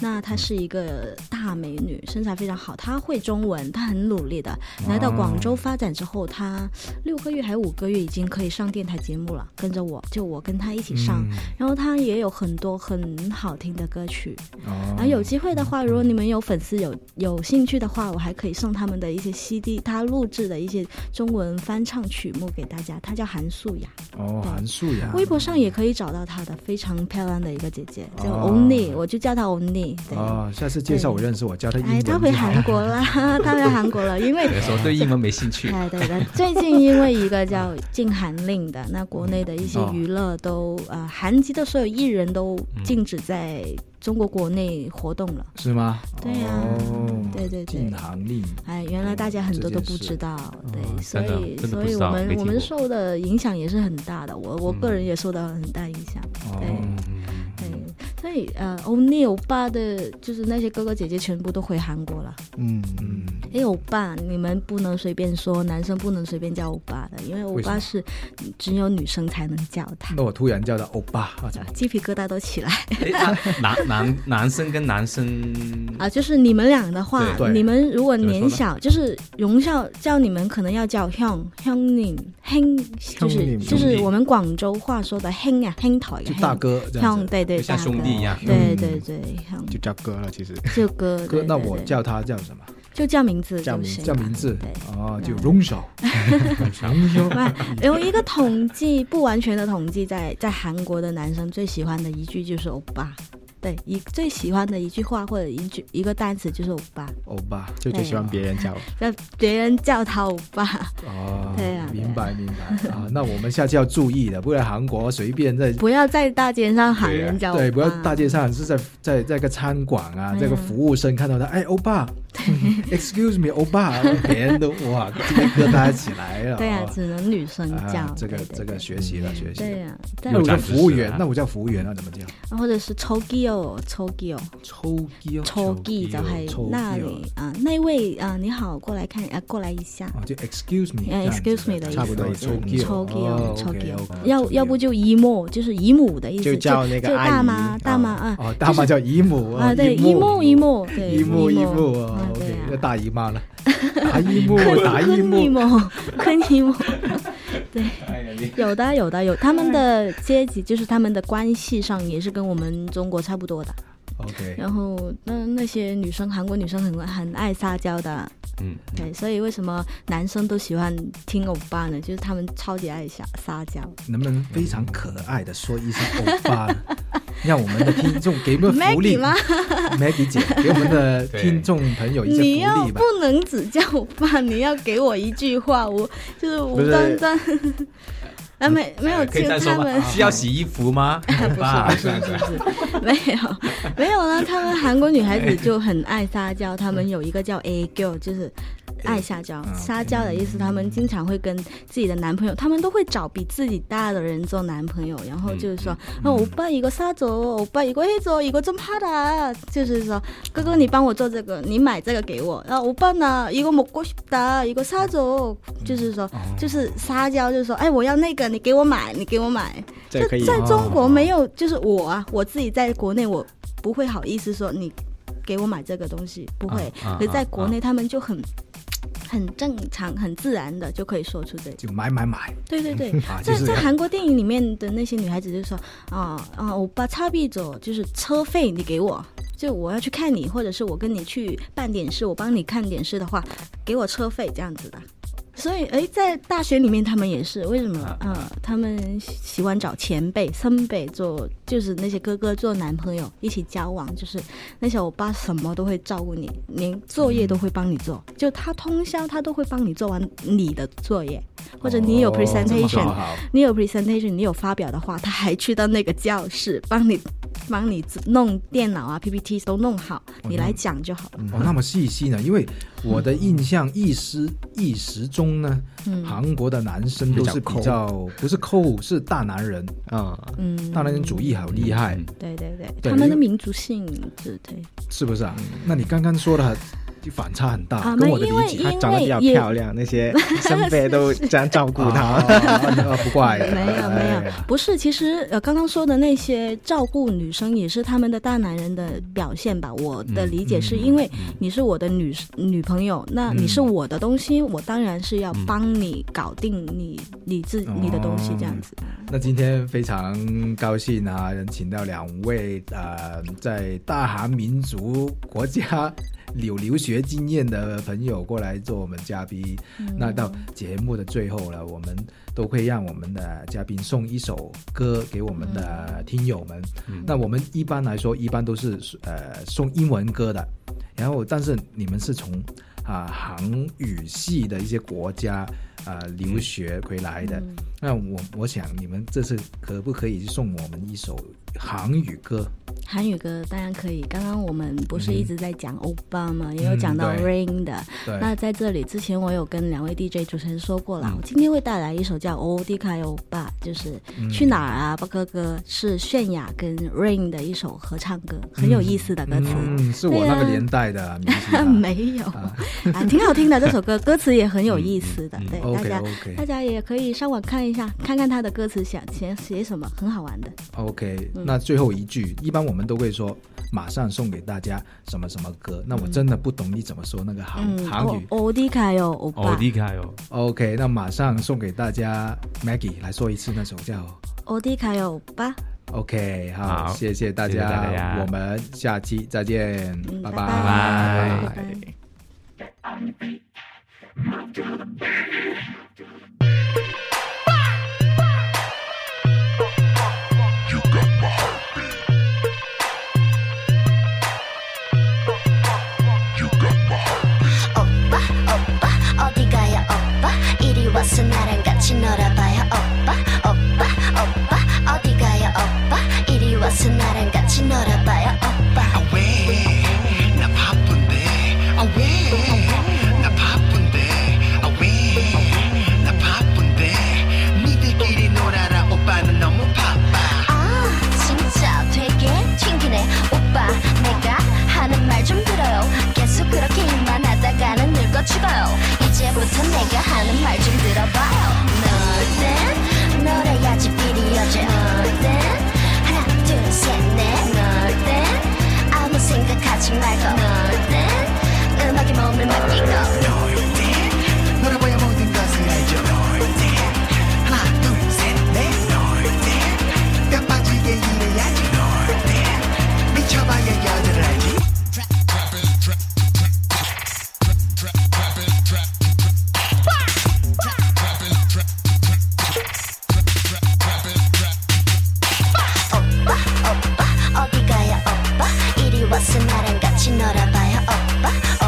[SPEAKER 4] 那
[SPEAKER 3] 嗯
[SPEAKER 4] 她是一个大美女，身材非常好，她会中文，她很努力的。
[SPEAKER 3] 啊
[SPEAKER 4] 来到广州发展之后，她六个月还五个月已经可以上电台节目了，跟着我就我跟她一起上。
[SPEAKER 3] 嗯
[SPEAKER 4] 然后她也有很多很好听的歌曲，
[SPEAKER 3] 哦，
[SPEAKER 4] 然后有机会的话，如果你们有粉丝有有兴趣的话，我还可以送他们的一些 CD，他录制的一些中文翻唱曲目给大家。她叫韩素雅，
[SPEAKER 3] 哦，韩素雅，
[SPEAKER 4] 微博上也可以找到她的，非常漂亮的一个姐姐，叫
[SPEAKER 3] 哦
[SPEAKER 4] Only，、我就叫她 Only。对，
[SPEAKER 3] 哦，下次介绍我认识，我叫他英
[SPEAKER 4] 哎，
[SPEAKER 3] 文就
[SPEAKER 4] 她
[SPEAKER 3] 好。
[SPEAKER 4] 回韩国了， 她回韩国了，因为
[SPEAKER 1] 对，说对英文没兴趣，
[SPEAKER 4] 哎，对的，最近因为一个叫禁韩令的，那国内的一些
[SPEAKER 3] 哦
[SPEAKER 4] 娱乐都呃，韩籍的所有艺人都禁止在中国国内活动了。
[SPEAKER 3] 是吗？
[SPEAKER 4] 对呀
[SPEAKER 3] 哦，
[SPEAKER 4] 对对对
[SPEAKER 3] 禁韩令，
[SPEAKER 4] 哎，原来大家很多都不知道，对，所
[SPEAKER 1] 嗯真的
[SPEAKER 4] 以
[SPEAKER 1] 真的
[SPEAKER 4] 所
[SPEAKER 1] 不
[SPEAKER 4] 以
[SPEAKER 1] 知
[SPEAKER 4] 我
[SPEAKER 1] 道没
[SPEAKER 4] 们
[SPEAKER 1] 听
[SPEAKER 4] 我
[SPEAKER 1] 过嗯
[SPEAKER 4] 们受的影响也是很大的，我我个人也受到了很大影响，
[SPEAKER 3] 哦，
[SPEAKER 4] 对，
[SPEAKER 1] 嗯
[SPEAKER 4] 所以呃，欧尼欧巴的，就是那些哥哥姐姐全部都回韩国了。
[SPEAKER 2] 嗯，
[SPEAKER 3] 嗯，
[SPEAKER 4] 哎，欧巴，你们不能随便说，男生不能随便叫欧巴的，因为欧
[SPEAKER 3] 为什
[SPEAKER 4] 巴
[SPEAKER 3] 么
[SPEAKER 4] 是只有女生才能叫他
[SPEAKER 3] 那，我突然叫他欧巴啊，怎么
[SPEAKER 1] 嗯
[SPEAKER 4] 鸡皮疙瘩都起来。
[SPEAKER 1] 哎啊男男男生跟男生
[SPEAKER 4] 啊，就是你们俩的话
[SPEAKER 3] 对，对
[SPEAKER 4] 你们如果
[SPEAKER 1] 嗯怎么说
[SPEAKER 4] 年
[SPEAKER 1] 呢
[SPEAKER 4] 小，就是荣校叫你们可能要叫 h o n g h o n g
[SPEAKER 2] 兄
[SPEAKER 4] 就
[SPEAKER 2] 弟
[SPEAKER 4] 是就是我们广州话说的 h o n g 啊 h o n g 头一
[SPEAKER 3] 就
[SPEAKER 4] 个
[SPEAKER 3] 大
[SPEAKER 4] hang
[SPEAKER 3] 哥这
[SPEAKER 4] h o
[SPEAKER 3] 样
[SPEAKER 4] n
[SPEAKER 3] 子。
[SPEAKER 4] 对对，
[SPEAKER 1] 就像
[SPEAKER 4] 大
[SPEAKER 1] 兄
[SPEAKER 4] 哥
[SPEAKER 1] 弟一样
[SPEAKER 4] 对
[SPEAKER 3] 嗯
[SPEAKER 4] 对对 h o n
[SPEAKER 2] 就叫哥了，其实
[SPEAKER 4] 就哥，
[SPEAKER 3] 哥，
[SPEAKER 4] 对
[SPEAKER 3] 那
[SPEAKER 4] 对
[SPEAKER 3] 我
[SPEAKER 4] 对
[SPEAKER 3] 叫他叫什么？
[SPEAKER 4] 就叫名字
[SPEAKER 2] 叫
[SPEAKER 4] 就啊
[SPEAKER 2] 名
[SPEAKER 4] 行了，
[SPEAKER 3] 叫名字
[SPEAKER 4] 对。
[SPEAKER 3] 哦，就
[SPEAKER 4] 嗯
[SPEAKER 3] r o n g s h o
[SPEAKER 4] 不，有一个统计不完全的统计在，在 韩国的男生最喜欢的一句就是“欧巴”，对，一最喜欢的一句话或者一句一个单词就是“欧巴
[SPEAKER 3] 欧巴。
[SPEAKER 2] 就就喜欢别人 叫，”，
[SPEAKER 4] 那别人叫他“欧巴”，
[SPEAKER 3] 哦，
[SPEAKER 4] 对啊呀对呀
[SPEAKER 3] 明白明白啊，那我们下次要注意的，不然韩国随便在
[SPEAKER 4] 不要在大街上喊人家欧巴，
[SPEAKER 3] 对，不要大街上是在在在个餐馆啊，
[SPEAKER 4] 嗯
[SPEAKER 3] 这个服务生看到他，哎，欧 巴，excuse me，欧巴，别人都哇，鸡皮疙瘩起来了。
[SPEAKER 4] 对呀、啊
[SPEAKER 3] 哦
[SPEAKER 4] 只能女生叫。
[SPEAKER 3] 啊，这个
[SPEAKER 4] 对
[SPEAKER 3] 这个。学习了学习
[SPEAKER 4] 对
[SPEAKER 3] 了。
[SPEAKER 4] 对对啊呀、
[SPEAKER 3] 那
[SPEAKER 4] 但
[SPEAKER 3] 我
[SPEAKER 1] 有
[SPEAKER 3] 叫
[SPEAKER 1] 长知识
[SPEAKER 3] 服务员
[SPEAKER 1] 啊，
[SPEAKER 3] 那我叫服务员啊，怎么叫？
[SPEAKER 4] 或者是抽记哦，抽记哦，
[SPEAKER 3] 抽机
[SPEAKER 4] 抽记就
[SPEAKER 3] 抽哦
[SPEAKER 4] 系
[SPEAKER 3] 机
[SPEAKER 4] 那里啊，那位啊，你好，过来看啊，过来一下，
[SPEAKER 3] 哦，就 excuse me，
[SPEAKER 4] 嗯，excuse me 的意思
[SPEAKER 3] 差不多
[SPEAKER 2] 嗯
[SPEAKER 3] 抽机
[SPEAKER 4] 抽记哦，抽记哦，要要不
[SPEAKER 3] 就
[SPEAKER 4] 就姨母，就是姨母的意思，
[SPEAKER 2] 就叫那个
[SPEAKER 4] 就
[SPEAKER 2] 阿姨
[SPEAKER 4] 大妈，大妈啊，
[SPEAKER 3] 哦，大妈叫姨母哦
[SPEAKER 4] 啊，对，姨
[SPEAKER 3] 姨
[SPEAKER 4] 母姨母，对，
[SPEAKER 3] 姨母姨母
[SPEAKER 4] 啊
[SPEAKER 3] 哦，
[SPEAKER 4] 对
[SPEAKER 3] OK，要
[SPEAKER 4] 呀，
[SPEAKER 3] 大姨妈 了，打姨母打姨
[SPEAKER 4] 坤姨
[SPEAKER 3] 母，
[SPEAKER 4] 母， 坤姨母，对。
[SPEAKER 1] 哎呀，你
[SPEAKER 4] 有的，有的，有他们的阶级，就是他们的关系上也是跟我们中国差不多的。
[SPEAKER 3] OK，
[SPEAKER 4] 然后那那些女生，韩国女生很很爱撒娇的，
[SPEAKER 1] 嗯，
[SPEAKER 4] 对，所以为什么男生都喜欢听欧巴呢？就是他们超级爱撒撒娇。
[SPEAKER 3] 能不能非常可爱的说一声欧巴 呢，让我们的听众给我们福利
[SPEAKER 4] Maggie 吗
[SPEAKER 3] ？Maggie 姐给我们的
[SPEAKER 1] 对
[SPEAKER 3] 听众朋友一
[SPEAKER 4] 你
[SPEAKER 3] 些
[SPEAKER 4] 要
[SPEAKER 3] 福利吧
[SPEAKER 4] 不。能只叫欧巴，你要给我一句话，我就是无
[SPEAKER 2] 不是
[SPEAKER 4] 端端 啊，没没有，
[SPEAKER 1] 可以
[SPEAKER 4] 就
[SPEAKER 1] 这样说啊
[SPEAKER 4] 他
[SPEAKER 1] 吗
[SPEAKER 4] 们？
[SPEAKER 1] 需要洗衣服 吗？
[SPEAKER 4] 啊不是不是不是不是， 没有没有啦，他们韩国女孩子就很爱撒娇，他们有一个叫 A girl，就是。爱撒娇，撒娇的意思，他们经常会跟自己的男朋友，他们都会找比自己大的人做男朋友，然后就是说，啊，欧巴一个撒走，欧巴一个黑走，一个真怕的，就是说，哥哥你帮我做这个，你买这个给我，然后欧巴呢，一个먹고싶다，一个撒走，就是说，就是撒娇，就是说，哎，我要那个，你给我买，你给我买，
[SPEAKER 2] 这个可以
[SPEAKER 4] 在
[SPEAKER 1] 哦
[SPEAKER 4] 中国没有，就是我啊，我自己在国内我不会好意思说你给我买这个东西，不会。
[SPEAKER 1] 啊啊
[SPEAKER 4] 可是在国内他们就很。很正常、很自然的就可以说出这个。
[SPEAKER 3] 就买买买
[SPEAKER 4] 对对对，
[SPEAKER 3] 啊，就
[SPEAKER 4] 在
[SPEAKER 3] 是
[SPEAKER 4] 在韩国电影里面的那些女孩子就说啊啊，我把差币走，就是车费你给我，就我要去看你，或者是我跟你去办点事，我帮你看点事的话，给我车费这样子的。所以，哎，在大学里面他们也是为什么
[SPEAKER 1] 啊？
[SPEAKER 4] 嗯、他们喜欢找前辈、선배做，就是那些哥哥做男朋友，一起交往，就是那小欧巴什么都会照顾你，连作业都会帮你做，就他通宵他都会帮你做完你的作业，或者你有
[SPEAKER 3] 哦这么
[SPEAKER 4] presentation，、
[SPEAKER 3] 好好
[SPEAKER 4] 你有 presentation，你有发表的话，他还去到那个教室帮你帮你弄电脑啊、PPT 都弄好，你来讲就好了。
[SPEAKER 3] 哦，那么细心呢？因为我的印象一时一时中呢，
[SPEAKER 4] 嗯
[SPEAKER 3] 韩国的男生都是
[SPEAKER 2] 比
[SPEAKER 3] 比较
[SPEAKER 2] 较
[SPEAKER 3] 不是抠，是大男人，
[SPEAKER 2] 啊、
[SPEAKER 4] 嗯，
[SPEAKER 3] 大男人主义好厉害，
[SPEAKER 4] 对对对，
[SPEAKER 3] 对
[SPEAKER 4] 他
[SPEAKER 3] 因
[SPEAKER 4] 们
[SPEAKER 3] 为
[SPEAKER 4] 的民族性，对对
[SPEAKER 3] 是不是啊？那你刚刚说的反差很大，
[SPEAKER 4] 啊
[SPEAKER 3] 跟我的理
[SPEAKER 4] 没
[SPEAKER 3] 解
[SPEAKER 4] 因为
[SPEAKER 2] 她长得比较漂亮，那些 身辈都这样照顾她。
[SPEAKER 3] 啊，不怪，
[SPEAKER 4] 没有没有
[SPEAKER 3] 哎，
[SPEAKER 4] 不是，其实呃，刚刚说的那些照顾女生也是他们的大男人的表现吧。我的理解
[SPEAKER 3] 嗯
[SPEAKER 4] 是因为你是我的女女朋友，那你是我的东西，我当然是要
[SPEAKER 3] 嗯
[SPEAKER 4] 帮你搞定你你自
[SPEAKER 3] 哦
[SPEAKER 4] 你的东西这样子。
[SPEAKER 3] 那今天非常高兴啊，请到两位呃，在大韩民族国家有留学经验的朋友过来做我们嘉宾。那
[SPEAKER 4] 嗯
[SPEAKER 3] 到节目的最后了，我们都会让我们的嘉宾送一首歌给我们的
[SPEAKER 4] 嗯
[SPEAKER 3] 听友们。那我们一般来说，一般都是呃送英文歌的，然后但是你们是从啊、韩语系的一些国家啊、留学回来
[SPEAKER 4] 嗯
[SPEAKER 3] 的。那我我想你们这次可不可以去送我们一首韩语歌？
[SPEAKER 4] 韩语歌当然可以，刚刚我们不是一直在讲欧巴吗？也有讲到
[SPEAKER 3] 嗯
[SPEAKER 4] Rain 的。
[SPEAKER 3] 对，
[SPEAKER 4] 那在这里之前，我有跟两位 DJ 主持人说过了，我今天会带来一首叫《欧迪卡欧巴》，就是去哪儿啊，巴哥哥是泫雅跟 Rain 的一首合唱歌，很有意思的歌词。，
[SPEAKER 3] 嗯，是我那个年代的明星、啊
[SPEAKER 4] 啊 没有啊挺好听的这首歌，歌词也很有意思的，对大
[SPEAKER 3] OK
[SPEAKER 4] 家。大
[SPEAKER 3] OK
[SPEAKER 4] 家也可以上网看一下，看看他的歌词想写写什么，很好玩的。
[SPEAKER 3] OK，、那最后一句，一般我们都会说马上送给大家什么什么歌。那我真的不懂你怎么说那个韩、
[SPEAKER 4] 嗯，
[SPEAKER 3] 韩语。
[SPEAKER 4] 欧欧迪卡哟，欧
[SPEAKER 1] 哦
[SPEAKER 4] 巴，，
[SPEAKER 1] 厉害哦！
[SPEAKER 3] OK，那马上送给大家 Maggie 来说一次那首叫
[SPEAKER 4] 欧迪卡哟，欧巴，
[SPEAKER 3] OK，好，
[SPEAKER 1] 好
[SPEAKER 3] 谢谢大
[SPEAKER 1] 谢谢
[SPEAKER 3] 家，
[SPEAKER 1] 大家
[SPEAKER 3] 我们下期再见，
[SPEAKER 4] 嗯
[SPEAKER 3] 拜
[SPEAKER 4] 拜
[SPEAKER 1] 拜
[SPEAKER 4] 拜拜
[SPEAKER 5] 오빠오빠어디가요오빠이리와서나랑같이놀아봐요오빠오빠오빠어디가요오빠이리와서나랑같이놀아봐요오빠
[SPEAKER 6] 왜? 나 바쁜데. 아 왜? 나 바쁜데. 아 왜? 나 바쁜데. 니들끼리 놀아라. 오빠는 너무 바빠.
[SPEAKER 5] 아 진짜 되게 튕기네 오빠 내가 하는 말 좀 들어요 계속 그렇게 일만 하다가는 늙어 죽어요 이제부터 내가 하는 말 좀 들어봐요 널땐 널해야지 비리어제 널땐 하나 둘셋넷 널땐 아무 생각하지 말고 널땐 음악에 몸을 맡기고
[SPEAKER 6] 놀때 놀아봐야 모든 것을 알죠. 놀때 하나 둘셋넷 놀때 뼈 빠지게 일해야지. 놀때 미쳐봐야 여자를 알지.
[SPEAKER 5] 오빠 오빠 어디 가요 오빠 이리 와서 나랑 같이 놀아봐요 오빠
[SPEAKER 6] 아, 아,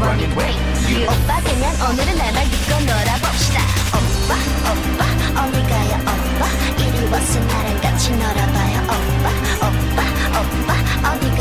[SPEAKER 5] running away you 오빠 그냥 오늘은 내말 믿고 놀아봅시다 오빠 오빠 어디 가요 오빠 이리 와서 나랑 같이 놀아봐요 오빠 오빠 오빠 어디 가